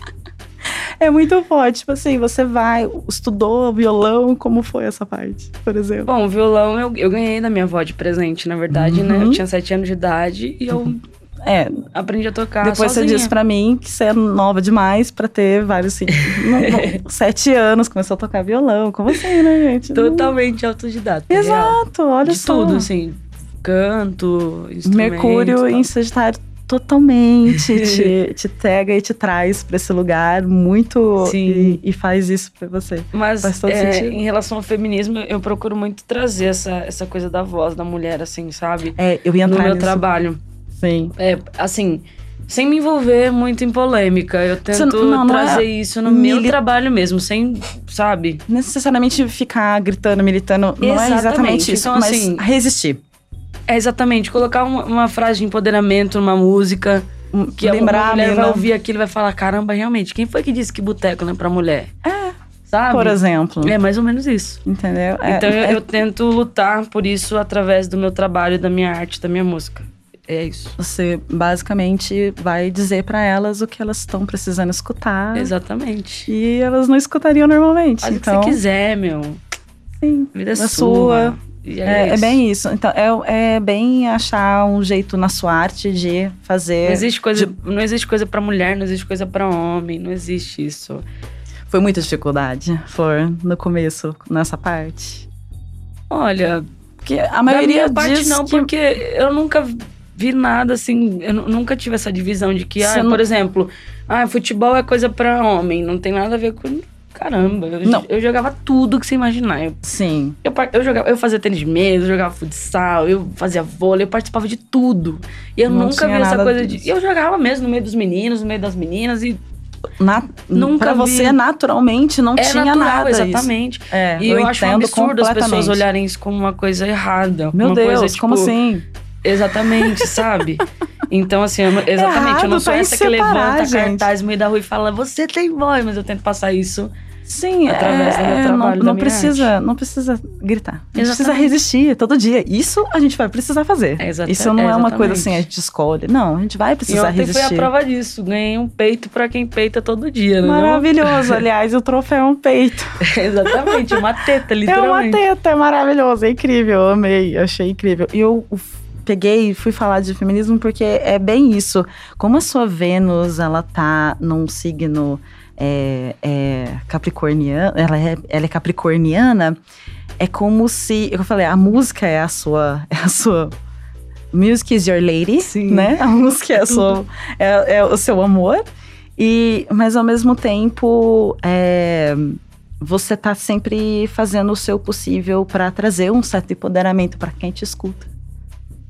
Speaker 2: É muito forte. Tipo assim, você vai, estudou violão, como foi essa parte, por exemplo?
Speaker 3: Bom, o violão eu, eu ganhei da minha avó de presente, na verdade, né?
Speaker 2: Uhum.
Speaker 3: Eu tinha sete anos de idade e eu
Speaker 2: É,
Speaker 3: aprendi a tocar
Speaker 2: depois
Speaker 3: sozinha.
Speaker 2: você disse pra mim que você é nova demais pra ter vários, assim, não- não- sete anos, começou a tocar violão. Como assim, né, gente?
Speaker 3: Totalmente autodidata. real.
Speaker 2: Exato, olha
Speaker 3: De
Speaker 2: só.
Speaker 3: tudo, assim. Canto, instrumento.
Speaker 2: Mercúrio
Speaker 3: tal.
Speaker 2: em Sagitário totalmente te, te pega e te traz pra esse lugar muito
Speaker 3: Sim.
Speaker 2: E, e faz isso pra você. Faz
Speaker 3: Mas
Speaker 2: todo
Speaker 3: é,
Speaker 2: sentido.
Speaker 3: em relação ao feminismo, eu procuro muito trazer essa, essa coisa da voz da mulher, assim, sabe?
Speaker 2: É, eu ia
Speaker 3: No
Speaker 2: entrar
Speaker 3: meu
Speaker 2: nisso.
Speaker 3: trabalho.
Speaker 2: Sim.
Speaker 3: É, assim, sem me envolver muito em polêmica. Eu tento
Speaker 2: não- não
Speaker 3: trazer
Speaker 2: é
Speaker 3: isso no
Speaker 2: mili-
Speaker 3: meu trabalho mesmo, sem, sabe?
Speaker 2: necessariamente ficar gritando, militando, não é exatamente
Speaker 3: Exatamente.
Speaker 2: isso,
Speaker 3: Então,
Speaker 2: mas
Speaker 3: assim,
Speaker 2: resistir.
Speaker 3: É exatamente, colocar um- uma frase de empoderamento numa música. Que
Speaker 2: lembrar
Speaker 3: a
Speaker 2: a
Speaker 3: mulher
Speaker 2: mina,
Speaker 3: vai ouvir aquilo e vai falar: caramba, realmente, quem foi que disse que boteco não é pra mulher?
Speaker 2: É.
Speaker 3: Sabe?
Speaker 2: por exemplo,
Speaker 3: É mais ou menos isso.
Speaker 2: entendeu? É,
Speaker 3: então eu,
Speaker 2: é-
Speaker 3: eu tento lutar por isso através do meu trabalho, da minha arte, da minha música. É isso.
Speaker 2: você basicamente vai dizer pra elas o que elas estão precisando escutar
Speaker 3: Exatamente.
Speaker 2: e elas não escutariam normalmente.
Speaker 3: Faz
Speaker 2: então,
Speaker 3: o que você quiser, meu.
Speaker 2: sim.
Speaker 3: Vida
Speaker 2: Na sua.
Speaker 3: é sua. E
Speaker 2: É, é
Speaker 3: isso.
Speaker 2: bem isso. Então, é, é bem achar um jeito na sua arte de fazer.
Speaker 3: Não existe coisa, não existe coisa para mulher, não existe coisa para homem, não existe isso.
Speaker 2: Foi muita dificuldade, Flor, no começo, nessa parte.
Speaker 3: Olha,
Speaker 2: Porque a
Speaker 3: a
Speaker 2: maioria
Speaker 3: minha parte
Speaker 2: diz
Speaker 3: não,
Speaker 2: que
Speaker 3: porque eu nunca vi nada assim, eu nu- nunca tive essa divisão de que,
Speaker 2: Você
Speaker 3: ah,
Speaker 2: não-
Speaker 3: por exemplo, ah, futebol é coisa para homem, não tem nada a ver com Caramba, eu,
Speaker 2: Não.
Speaker 3: eu jogava tudo que você imaginar. Eu,
Speaker 2: Sim.
Speaker 3: eu, par- eu jogava, eu fazia tênis de mesa, eu jogava futsal, eu fazia vôlei, eu participava de tudo. E eu
Speaker 2: Não
Speaker 3: nunca vi
Speaker 2: tinha
Speaker 3: essa
Speaker 2: nada
Speaker 3: coisa
Speaker 2: disso.
Speaker 3: de. Eu jogava mesmo no meio dos meninos, no meio das meninas, e
Speaker 2: Na,
Speaker 3: Nunca
Speaker 2: pra
Speaker 3: vi.
Speaker 2: você, é naturalmente, não
Speaker 3: é
Speaker 2: tinha
Speaker 3: natural,
Speaker 2: nada. isso.
Speaker 3: exatamente.
Speaker 2: É,
Speaker 3: E eu, acho um
Speaker 2: entendo
Speaker 3: absurdo as pessoas
Speaker 2: completamente.
Speaker 3: olharem isso como uma coisa errada.
Speaker 2: Meu
Speaker 3: uma
Speaker 2: Deus,
Speaker 3: coisa, tipo,
Speaker 2: como assim?
Speaker 3: Exatamente, sabe? Então, assim, eu não- exatamente, eu não
Speaker 2: É errado,
Speaker 3: sou
Speaker 2: tá em
Speaker 3: essa que
Speaker 2: separar,
Speaker 3: levanta
Speaker 2: gente.
Speaker 3: cartaz no meio da rua e fala, você tem boy, mas eu tento passar isso.
Speaker 2: Sim,
Speaker 3: Através
Speaker 2: é,
Speaker 3: do meu
Speaker 2: é,
Speaker 3: trabalho,
Speaker 2: não,
Speaker 3: da
Speaker 2: não
Speaker 3: minha
Speaker 2: precisa, não precisa gritar. Não precisa
Speaker 3: Exatamente.
Speaker 2: resistir todo dia. Isso a gente vai precisar fazer.
Speaker 3: É exata-
Speaker 2: Isso não é uma coisa assim, a
Speaker 3: exatamente.
Speaker 2: gente escolhe. Não, a gente vai
Speaker 3: E
Speaker 2: precisar
Speaker 3: ontem
Speaker 2: resistir.
Speaker 3: foi a prova disso. Ganhei um peito pra quem peita todo dia, né?
Speaker 2: Maravilhoso, aliás, o troféu é um peito.
Speaker 3: Exatamente, uma teta,
Speaker 2: É uma
Speaker 3: literalmente.
Speaker 2: teta, é maravilhoso, é incrível, eu amei, achei incrível. E eu f- peguei e fui falar de feminismo porque é bem isso. Como a sua Vênus, ela tá num signo é, capricorniano, ela é, ela é capricorniana, é como se, eu falei, a música é a sua, é a sua... Music is your lady,
Speaker 3: Sim.
Speaker 2: né? A música é, a sua, é, é o seu amor. E, mas ao mesmo tempo, é, você tá sempre fazendo o seu possível para trazer um certo empoderamento para quem te escuta,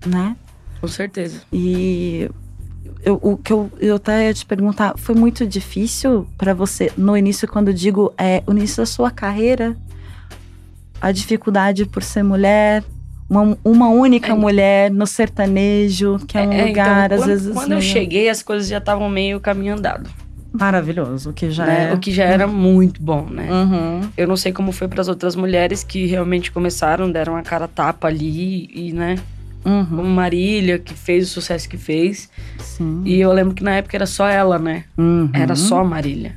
Speaker 2: né?
Speaker 3: Com certeza.
Speaker 2: E eu, o que eu, eu até ia te perguntar, foi muito difícil para você no início, quando eu digo é, o início da sua carreira, a dificuldade por ser mulher, uma, uma única
Speaker 3: É.
Speaker 2: mulher no sertanejo, que é um
Speaker 3: então,
Speaker 2: lugar, às
Speaker 3: quando,
Speaker 2: vezes. assim, né?
Speaker 3: Quando eu
Speaker 2: meio-
Speaker 3: cheguei, as coisas já estavam meio caminho andado.
Speaker 2: Maravilhoso, que já
Speaker 3: né?
Speaker 2: é.
Speaker 3: O que já era muito bom, né?
Speaker 2: Uhum.
Speaker 3: Eu não sei como foi pras outras mulheres que realmente começaram, deram a cara tapa ali e, né?
Speaker 2: Uhum.
Speaker 3: Como Marília, que fez o sucesso que fez.
Speaker 2: Sim.
Speaker 3: E eu lembro que na época era só ela, né?
Speaker 2: Uhum.
Speaker 3: Era só a Marília.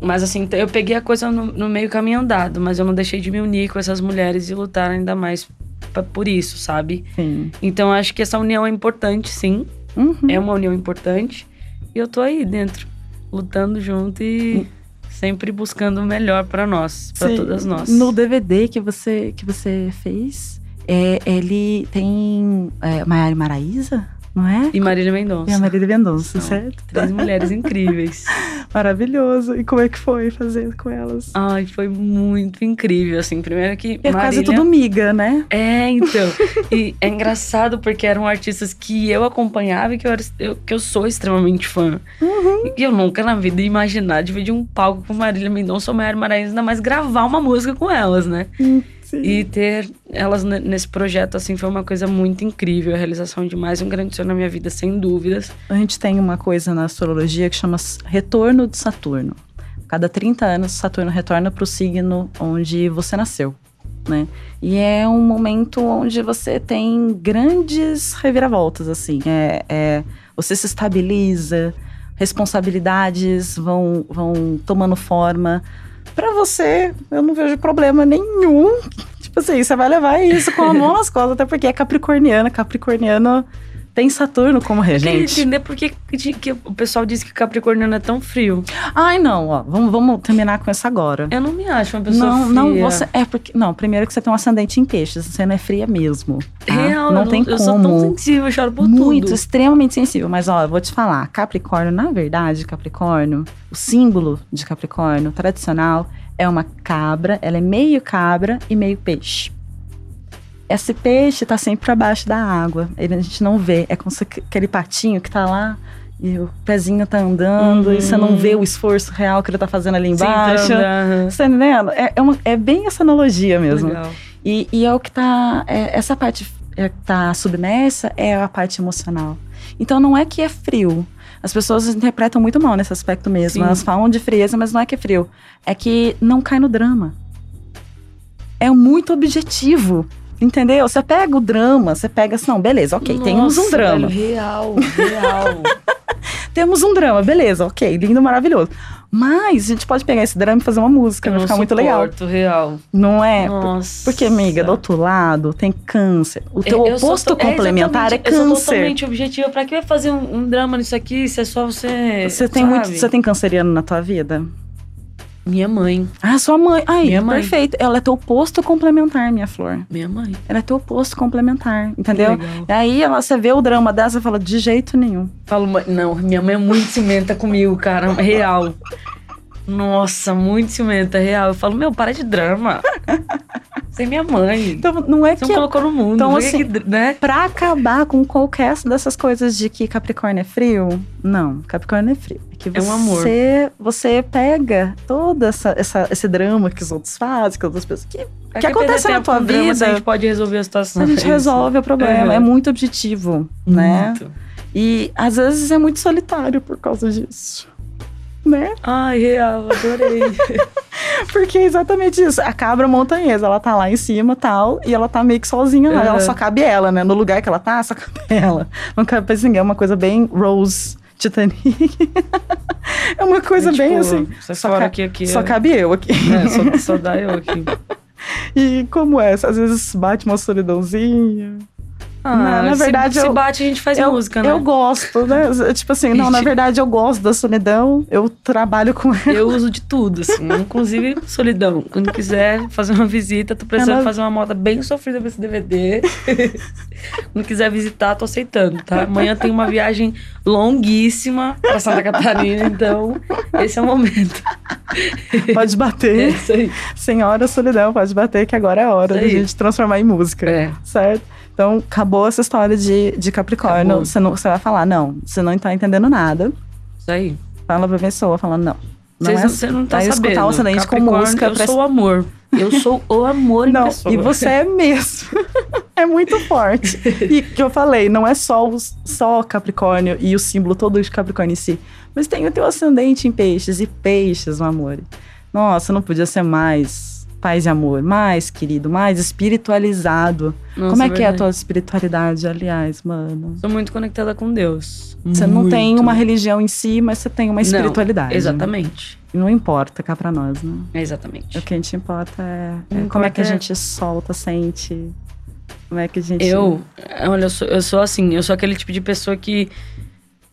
Speaker 3: Mas assim, t- eu peguei a coisa no, no meio caminho andado, mas eu não deixei de me unir com essas mulheres e lutar ainda mais pra- por isso, sabe?
Speaker 2: Sim.
Speaker 3: Então acho que essa união é importante, sim.
Speaker 2: Uhum.
Speaker 3: É uma união importante. E eu tô aí dentro, lutando junto e sempre buscando o melhor pra nós, pra
Speaker 2: Sim.
Speaker 3: todas nós.
Speaker 2: No DVD que você, que você fez, é, ele tem é, Maiara e Maraísa, não é?
Speaker 3: E
Speaker 2: E
Speaker 3: Marília
Speaker 2: a
Speaker 3: Mendonça.
Speaker 2: Marília Mendonça,
Speaker 3: Não.
Speaker 2: certo?
Speaker 3: Três mulheres incríveis.
Speaker 2: Maravilhoso. E como é que foi fazer com elas?
Speaker 3: Ai, foi muito incrível, assim. Primeiro que
Speaker 2: é
Speaker 3: Marília...
Speaker 2: quase tudo miga, né?
Speaker 3: É, então. e é engraçado porque eram artistas que eu acompanhava e que eu, era, eu- que eu sou extremamente fã.
Speaker 2: Uhum.
Speaker 3: E eu nunca na vida ia imaginar dividir um palco com Marília Mendonça ou Maiara Maraíza, ainda mais gravar uma música com elas, né?
Speaker 2: Hum, Sim.
Speaker 3: E ter elas ne- nesse projeto, assim, foi uma coisa muito incrível. A realização de mais um grande sonho na minha vida, sem dúvidas.
Speaker 2: A gente tem uma coisa na astrologia que chama s- retorno de Saturno. Cada 30 anos, Saturno retorna para o signo onde você nasceu, né? E é um momento onde você tem grandes reviravoltas, assim. É, é- você se estabiliza, responsabilidades vão, vão tomando forma. Para você, eu não vejo problema nenhum. Tipo assim, você vai levar isso com a mão nas costas, até porque é capricorniano. Capricorniano tem Saturno como
Speaker 3: Queria
Speaker 2: regente.
Speaker 3: entender por que, que- que o pessoal diz que Capricorniano é tão frio.
Speaker 2: Ai, não, ó, vamos, vamos terminar com essa agora.
Speaker 3: Eu não me acho uma pessoa
Speaker 2: Não,
Speaker 3: fria.
Speaker 2: não, você. É porque. Não, primeiro que você tem um ascendente em peixes, você não é fria mesmo. tá?
Speaker 3: Real,
Speaker 2: não
Speaker 3: eu
Speaker 2: tem
Speaker 3: eu
Speaker 2: como.
Speaker 3: sou tão sensível, eu choro por
Speaker 2: muito,
Speaker 3: tudo.
Speaker 2: extremamente sensível. Mas, ó, eu vou te falar, Capricórnio, na verdade, Capricórnio, o símbolo de Capricórnio tradicional é uma cabra, ela é meio cabra e meio peixe. Esse peixe tá sempre abaixo da água, ele a gente não vê. É como se aqu- aquele patinho que tá lá e o pezinho tá andando e você não
Speaker 3: Uhum.
Speaker 2: vê o esforço real que ele tá fazendo ali
Speaker 3: Sim,
Speaker 2: embaixo.
Speaker 3: Fernanda,
Speaker 2: Você tá entendendo? É, é, uma- é bem essa analogia
Speaker 3: aham.
Speaker 2: mesmo.
Speaker 3: Legal.
Speaker 2: E, e é o que tá. é- essa parte é, que tá submersa é a parte emocional. Então não é que é frio. As pessoas interpretam muito mal nesse aspecto mesmo.
Speaker 3: Sim.
Speaker 2: Elas falam de frieza, mas não é que é frio. É que não cai no drama. É muito objetivo. Entendeu? Você pega o drama, você pega assim, não, beleza, ok, temos um
Speaker 3: Nossa,
Speaker 2: drama.
Speaker 3: velho, real, real.
Speaker 2: Temos um drama, beleza, ok, lindo, maravilhoso. Mas a gente pode pegar esse drama e fazer uma música,
Speaker 3: Eu
Speaker 2: vai
Speaker 3: não
Speaker 2: ficar muito legal.
Speaker 3: suporto, real.
Speaker 2: Não é?
Speaker 3: Nossa.
Speaker 2: Porque, amiga, do outro lado tem câncer. O teu
Speaker 3: Eu- eu sou
Speaker 2: oposto
Speaker 3: to- é,
Speaker 2: complementar é,
Speaker 3: exatamente, Eu sou
Speaker 2: câncer.
Speaker 3: totalmente objetiva. Pra que vai fazer um, um drama nisso aqui se é só você.
Speaker 2: Você tem
Speaker 3: sabe?
Speaker 2: muito. Você tem canceriano na tua vida?
Speaker 3: Minha mãe.
Speaker 2: Ah, sua mãe. Ai,
Speaker 3: Minha mãe.
Speaker 2: perfeito. Ela é teu oposto complementar, minha flor.
Speaker 3: Minha mãe.
Speaker 2: Ela é teu oposto complementar, entendeu?
Speaker 3: Legal.
Speaker 2: Aí ela, você vê o drama dela, você fala, de jeito nenhum.
Speaker 3: Falo, "Mãe, não, minha mãe é muito cimenta comigo, cara. Real. Nossa, muito ciumenta, real. Eu falo, meu, para de drama. Você é minha mãe.
Speaker 2: Então, não é
Speaker 3: Você
Speaker 2: que
Speaker 3: me colocou no mundo.
Speaker 2: Então,
Speaker 3: Por que
Speaker 2: assim,
Speaker 3: que- né?
Speaker 2: Pra acabar com qualquer dessas coisas de que Capricórnio é frio, não, Capricórnio é frio. É, que
Speaker 3: É um amor.
Speaker 2: Você, você pega todo essa, essa- esse drama que os outros fazem, que outras pessoas. Que É
Speaker 3: Pra
Speaker 2: que
Speaker 3: É perder
Speaker 2: aconteceu na
Speaker 3: tempo
Speaker 2: tua
Speaker 3: com drama se a
Speaker 2: vida?
Speaker 3: gente pode resolver a situação.
Speaker 2: a gente
Speaker 3: É isso.
Speaker 2: resolve o problema.
Speaker 3: É.
Speaker 2: É, muito objetivo, né?
Speaker 3: Muito.
Speaker 2: E às vezes é muito solitário por causa disso. Né?
Speaker 3: Ai, real, adorei.
Speaker 2: Porque é exatamente isso. A cabra montanhesa, ela tá lá em cima tal, e ela tá meio que sozinha lá.
Speaker 3: Uhum.
Speaker 2: Ela só cabe ela, né? No lugar que ela tá, só cabe ela. Não cabe pra ninguém. É uma coisa bem Rose Titanic. é uma coisa
Speaker 3: É, tipo,
Speaker 2: bem assim.
Speaker 3: Sai
Speaker 2: só
Speaker 3: fora
Speaker 2: ca-
Speaker 3: aqui, aqui.
Speaker 2: Só
Speaker 3: é.
Speaker 2: cabe eu aqui.
Speaker 3: É, só, só dá eu aqui.
Speaker 2: E como é? Às vezes bate uma solidãozinha.
Speaker 3: Ah,
Speaker 2: Na- na
Speaker 3: se-
Speaker 2: verdade,
Speaker 3: se,
Speaker 2: eu-
Speaker 3: bate, a gente faz
Speaker 2: eu,
Speaker 3: música, né?
Speaker 2: Eu gosto, né? Tipo assim, não, na
Speaker 3: Ixi.
Speaker 2: verdade eu gosto da solidão, eu trabalho com ela.
Speaker 3: Eu uso de tudo, assim. Inclusive, solidão. Quando quiser fazer uma visita, tô precisando
Speaker 2: Ela-
Speaker 3: fazer uma moda bem sofrida pra esse DVD. Quando quiser visitar, tô aceitando, tá? Amanhã tem uma viagem longuíssima pra Santa Catarina, então esse é o momento.
Speaker 2: Pode
Speaker 3: É
Speaker 2: bater.
Speaker 3: isso aí.
Speaker 2: Senhora solidão, pode bater, que agora é a hora
Speaker 3: Isso
Speaker 2: da
Speaker 3: aí.
Speaker 2: gente transformar em música.
Speaker 3: É.
Speaker 2: certo? Então, acabou essa história de, de Capricórnio.
Speaker 3: Acabou.
Speaker 2: Você, não, você vai falar, não, você não tá entendendo nada.
Speaker 3: Isso aí.
Speaker 2: Fala pra pessoa, falando, não. Não
Speaker 3: Vocês
Speaker 2: é
Speaker 3: não- Você não, tá
Speaker 2: vai
Speaker 3: sabendo.
Speaker 2: escutar o acidente com
Speaker 3: Capricórnio,
Speaker 2: música
Speaker 3: Eu
Speaker 2: pra-
Speaker 3: sou o amor. Eu sou o amor em
Speaker 2: Não,
Speaker 3: pessoa.
Speaker 2: e você é mesmo. é muito forte. E que eu falei, não é só, os, só Capricórnio e o símbolo todo de Capricórnio em si. Mas tem o teu ascendente em peixes e peixes, meu amor. Nossa, não podia ser mais paz e amor, mais querido, mais espiritualizado.
Speaker 3: Nossa,
Speaker 2: Como é que é a
Speaker 3: verdade.
Speaker 2: tua espiritualidade, aliás, mano?
Speaker 3: Sou muito conectada com Deus.
Speaker 2: Você não tem
Speaker 3: Muito.
Speaker 2: uma religião em si, mas você tem uma
Speaker 3: Não,
Speaker 2: espiritualidade.
Speaker 3: Exatamente.
Speaker 2: E Não importa cá pra nós, né?
Speaker 3: Exatamente.
Speaker 2: O que a gente importa é, é
Speaker 3: Não
Speaker 2: como é que a
Speaker 3: importa.
Speaker 2: gente solta, sente. Como é que a gente.
Speaker 3: Eu, olha, eu sou, eu sou assim, eu sou aquele tipo de pessoa que,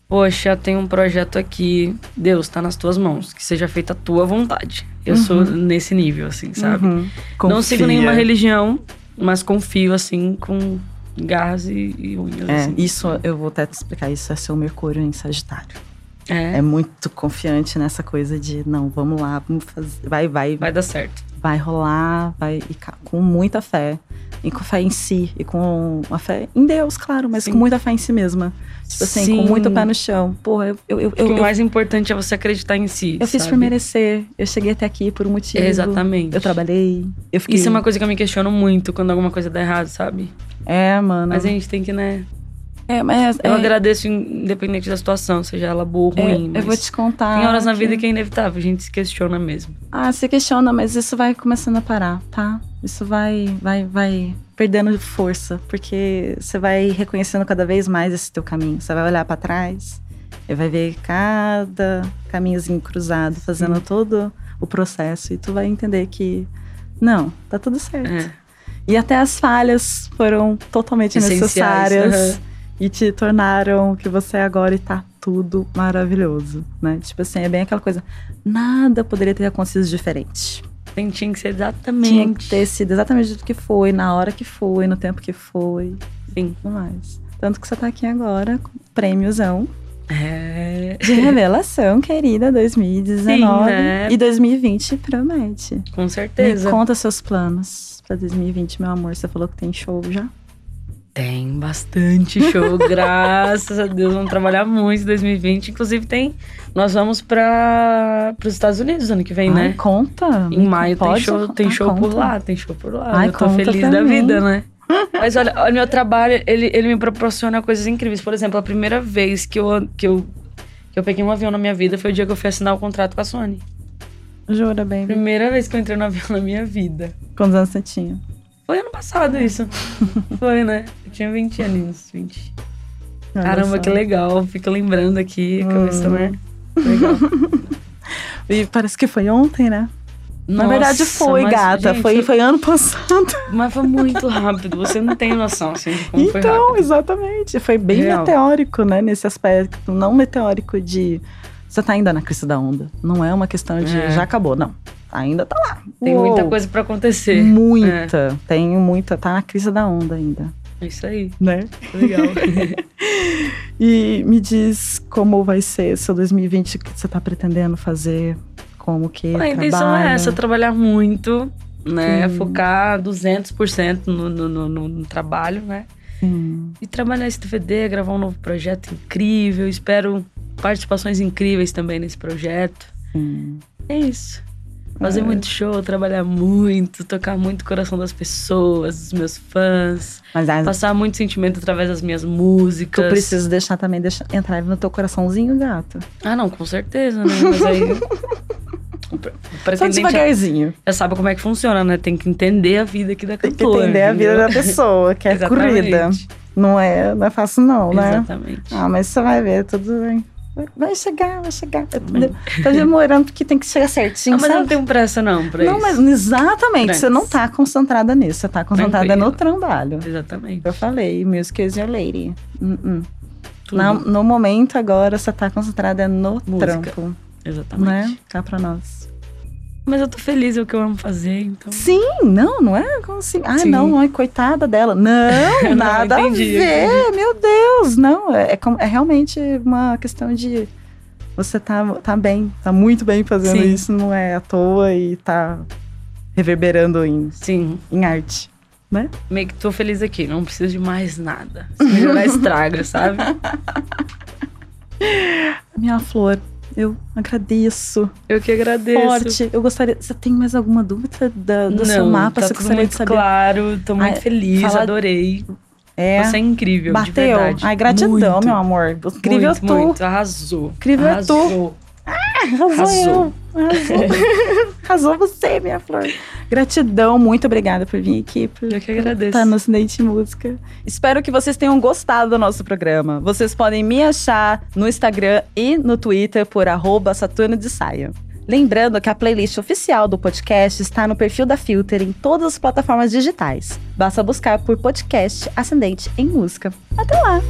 Speaker 3: poxa, tem um projeto aqui, Deus, tá nas tuas mãos, que seja feita a tua vontade. Eu sou nesse nível, assim, sabe?
Speaker 2: Uhum.
Speaker 3: Não sigo
Speaker 2: Confia.
Speaker 3: nenhuma religião, mas confio, assim, com garras e, e unhas,
Speaker 2: É,
Speaker 3: assim.
Speaker 2: isso eu vou até te explicar. Isso é seu Mercúrio em Sagitário.
Speaker 3: É,
Speaker 2: É muito confiante nessa coisa de não, vamos lá, vamos fazer. Vai, vai, vai,
Speaker 3: vai dar certo.
Speaker 2: rolar, vai. E ca- com muita fé. E com fé em si. E com a fé em Deus, claro, mas
Speaker 3: Sim.
Speaker 2: com muita fé em si mesma. Tipo assim, com muito pé no chão. Porra, eu, eu, eu,
Speaker 3: O
Speaker 2: eu, eu,
Speaker 3: mais importante é você acreditar em si,
Speaker 2: eu fiz
Speaker 3: sabe?
Speaker 2: por merecer. Eu cheguei até aqui por um motivo.
Speaker 3: Exatamente.
Speaker 2: Eu trabalhei. Eu fiquei.
Speaker 3: Isso é uma coisa que eu me questiono muito quando alguma coisa dá errado, sabe?
Speaker 2: É, mano.
Speaker 3: Mas a gente tem que, né,
Speaker 2: É, mas.
Speaker 3: Eu
Speaker 2: é,
Speaker 3: agradeço independente da situação, seja ela boa ou
Speaker 2: é,
Speaker 3: ruim.
Speaker 2: eu
Speaker 3: mas
Speaker 2: vou te contar.
Speaker 3: Tem horas na vida que é inevitável, a gente se questiona mesmo.
Speaker 2: Ah, você questiona, mas isso vai começando a parar, tá? Isso vai, vai, vai perdendo força, porque você vai reconhecendo cada vez mais esse teu caminho. Você vai olhar pra trás e vai ver cada caminhozinho cruzado, fazendo todo o processo, e tu vai entender que não, tá tudo certo.
Speaker 3: É.
Speaker 2: E até as falhas foram totalmente
Speaker 3: Essenciais,
Speaker 2: necessárias
Speaker 3: aham.
Speaker 2: e te tornaram o que você é agora e tá tudo maravilhoso, né? Tipo assim, é bem aquela coisa, nada poderia ter acontecido diferente.
Speaker 3: Tem- Tinha que ser exatamente.
Speaker 2: Tinha que ter sido exatamente do jeito que foi, na hora que foi, no tempo que foi,
Speaker 3: Sim.
Speaker 2: tudo mais. Tanto que você tá aqui agora com o prêmiozão
Speaker 3: É,
Speaker 2: de revelação, querida, 2019
Speaker 3: Sim, né?
Speaker 2: e 2020 promete.
Speaker 3: com
Speaker 2: Me
Speaker 3: certeza.
Speaker 2: conta seus planos pra 2020, meu amor. Você falou que tem show já?
Speaker 3: Tem bastante show, graças a Deus. Vamos trabalhar muito em 2020. Inclusive, tem. Nós vamos para os Estados Unidos ano que vem,
Speaker 2: Ai,
Speaker 3: né?
Speaker 2: Conta.
Speaker 3: Em maio tem
Speaker 2: Pode
Speaker 3: show, tem
Speaker 2: contar,
Speaker 3: show por
Speaker 2: conta.
Speaker 3: lá, tem show por lá.
Speaker 2: Ai,
Speaker 3: eu tô
Speaker 2: conta
Speaker 3: feliz
Speaker 2: pra
Speaker 3: da
Speaker 2: mim.
Speaker 3: vida, né? Mas olha, o meu trabalho, ele, ele me proporciona coisas incríveis. Por exemplo, a primeira vez que eu, an- que, eu, que eu peguei um avião na minha vida foi o dia que eu fui assinar o contrato com a Sony.
Speaker 2: Jura, baby.
Speaker 3: Primeira vez que eu entrei no avião na minha vida.
Speaker 2: Quantos anos você tinha?
Speaker 3: Foi ano passado isso. Foi, né? Eu tinha 20 aninhos, 20.
Speaker 2: Olha
Speaker 3: Caramba,
Speaker 2: só.
Speaker 3: que legal. Fico lembrando aqui,
Speaker 2: Hum.
Speaker 3: cabeça, né? Legal.
Speaker 2: E parece que foi ontem, né?
Speaker 3: Nossa,
Speaker 2: Na verdade foi,
Speaker 3: mas,
Speaker 2: gata.
Speaker 3: gente,
Speaker 2: foi, foi ano passado.
Speaker 3: Mas foi muito rápido. Você não tem noção, assim, de como foi rápido.
Speaker 2: então, exatamente. Foi bem
Speaker 3: Real.
Speaker 2: meteórico, né? Nesse aspecto. Não meteórico de. Você tá ainda na crista da onda. Não é uma questão de
Speaker 3: É.
Speaker 2: já acabou, não. Ainda tá lá.
Speaker 3: Tem
Speaker 2: Uou. Hum.
Speaker 3: muita coisa É. pra acontecer.
Speaker 2: Muita. Tem muita. Tá na crista da onda ainda,
Speaker 3: É isso aí.
Speaker 2: né?
Speaker 3: Legal.
Speaker 2: E me diz como vai ser seu 2020, o que você tá pretendendo fazer, como que
Speaker 3: A intenção
Speaker 2: trabalha.
Speaker 3: é essa, trabalhar muito, né?
Speaker 2: Sim.
Speaker 3: Focar 200% no, no, no, no- no trabalho, né?
Speaker 2: Sim.
Speaker 3: E trabalhar esse DVD, gravar um novo projeto incrível. Espero participações incríveis também nesse projeto.
Speaker 2: Sim.
Speaker 3: É isso. Fazer
Speaker 2: É.
Speaker 3: muito show, trabalhar muito, tocar muito o coração das pessoas, dos meus fãs.
Speaker 2: Mas as,
Speaker 3: Passar muito sentimento através das minhas músicas.
Speaker 2: tu precisa deixar também deixar, entrar no teu coraçãozinho, gato.
Speaker 3: Ah, não, com certeza, né? Mas aí... o pre- o
Speaker 2: Só
Speaker 3: pretendente já,
Speaker 2: devagarzinho.
Speaker 3: já sabe como é que funciona, né? Tem que entender a vida aqui da
Speaker 2: Tem que
Speaker 3: cantora.
Speaker 2: entender a vida da pessoa, que é corrida.
Speaker 3: Exatamente.
Speaker 2: Não é, não é fácil não, né?
Speaker 3: Exatamente.
Speaker 2: Ah, mas você vai ver, tudo bem. Vai- Vai chegar, vai chegar. Tá tá demorando porque tem que chegar certinho,
Speaker 3: Ah, mas eu não
Speaker 2: sabe?
Speaker 3: tenho pressa, não, pra
Speaker 2: Não,
Speaker 3: isso.
Speaker 2: mas exatamente,
Speaker 3: Pra
Speaker 2: você não
Speaker 3: isso.
Speaker 2: tá concentrada nisso, você tá concentrada
Speaker 3: Tranquilo.
Speaker 2: no trabalho.
Speaker 3: Exatamente.
Speaker 2: Eu falei, music is your lady. Uh-uh.
Speaker 3: Tudo.
Speaker 2: Na- no momento agora, você tá concentrada no
Speaker 3: Música.
Speaker 2: trampo,
Speaker 3: Exatamente.
Speaker 2: né? Cá pra nós.
Speaker 3: Mas eu tô feliz, é o que eu amo fazer, então.
Speaker 2: Sim, não, não é? Como assim? Ah,
Speaker 3: Sim.
Speaker 2: não, ai, coitada dela. Não,
Speaker 3: Não,
Speaker 2: nada
Speaker 3: entendi,
Speaker 2: a ver, meu Deus. Não, é, é como- é realmente uma questão de você tá, tá bem, tá muito bem fazendo
Speaker 3: Sim.
Speaker 2: isso, não é à toa e tá reverberando em,
Speaker 3: Sim,
Speaker 2: em arte.
Speaker 3: meio que tô feliz aqui, não preciso de mais nada. Se melhorar, estraga, sabe?
Speaker 2: Minha flor, eu agradeço.
Speaker 3: Eu que agradeço.
Speaker 2: Forte. Eu gostaria. Você tem mais alguma dúvida da- do
Speaker 3: Não,
Speaker 2: seu mapa?
Speaker 3: tá
Speaker 2: você
Speaker 3: tudo
Speaker 2: gostaria
Speaker 3: muito
Speaker 2: de saber?
Speaker 3: claro, tô muito
Speaker 2: Ah,
Speaker 3: feliz,
Speaker 2: fala-
Speaker 3: adorei.
Speaker 2: É.
Speaker 3: Você é incrível, de
Speaker 2: Bateu.
Speaker 3: verdade.
Speaker 2: Ai, gratidão,
Speaker 3: Muito,
Speaker 2: meu amor. Incrível
Speaker 3: muito,
Speaker 2: tu.
Speaker 3: Muito, arrasou.
Speaker 2: Incrível é tu.
Speaker 3: arrasou.
Speaker 2: Arrasou.
Speaker 3: Arrasou.
Speaker 2: eu. Arrasou. Arrasou você, minha flor. Gratidão, muito obrigada por vir aqui. Por
Speaker 3: Eu que agradeço.
Speaker 2: Tá no Cinete Música. Espero que vocês tenham gostado do nosso programa. Vocês podem me achar no Instagram e no Twitter por arroba Saturno de Saia. Lembrando que a playlist oficial do podcast está no perfil da Filter em todas as plataformas digitais. Basta buscar por podcast Ascendente em Música. Até lá!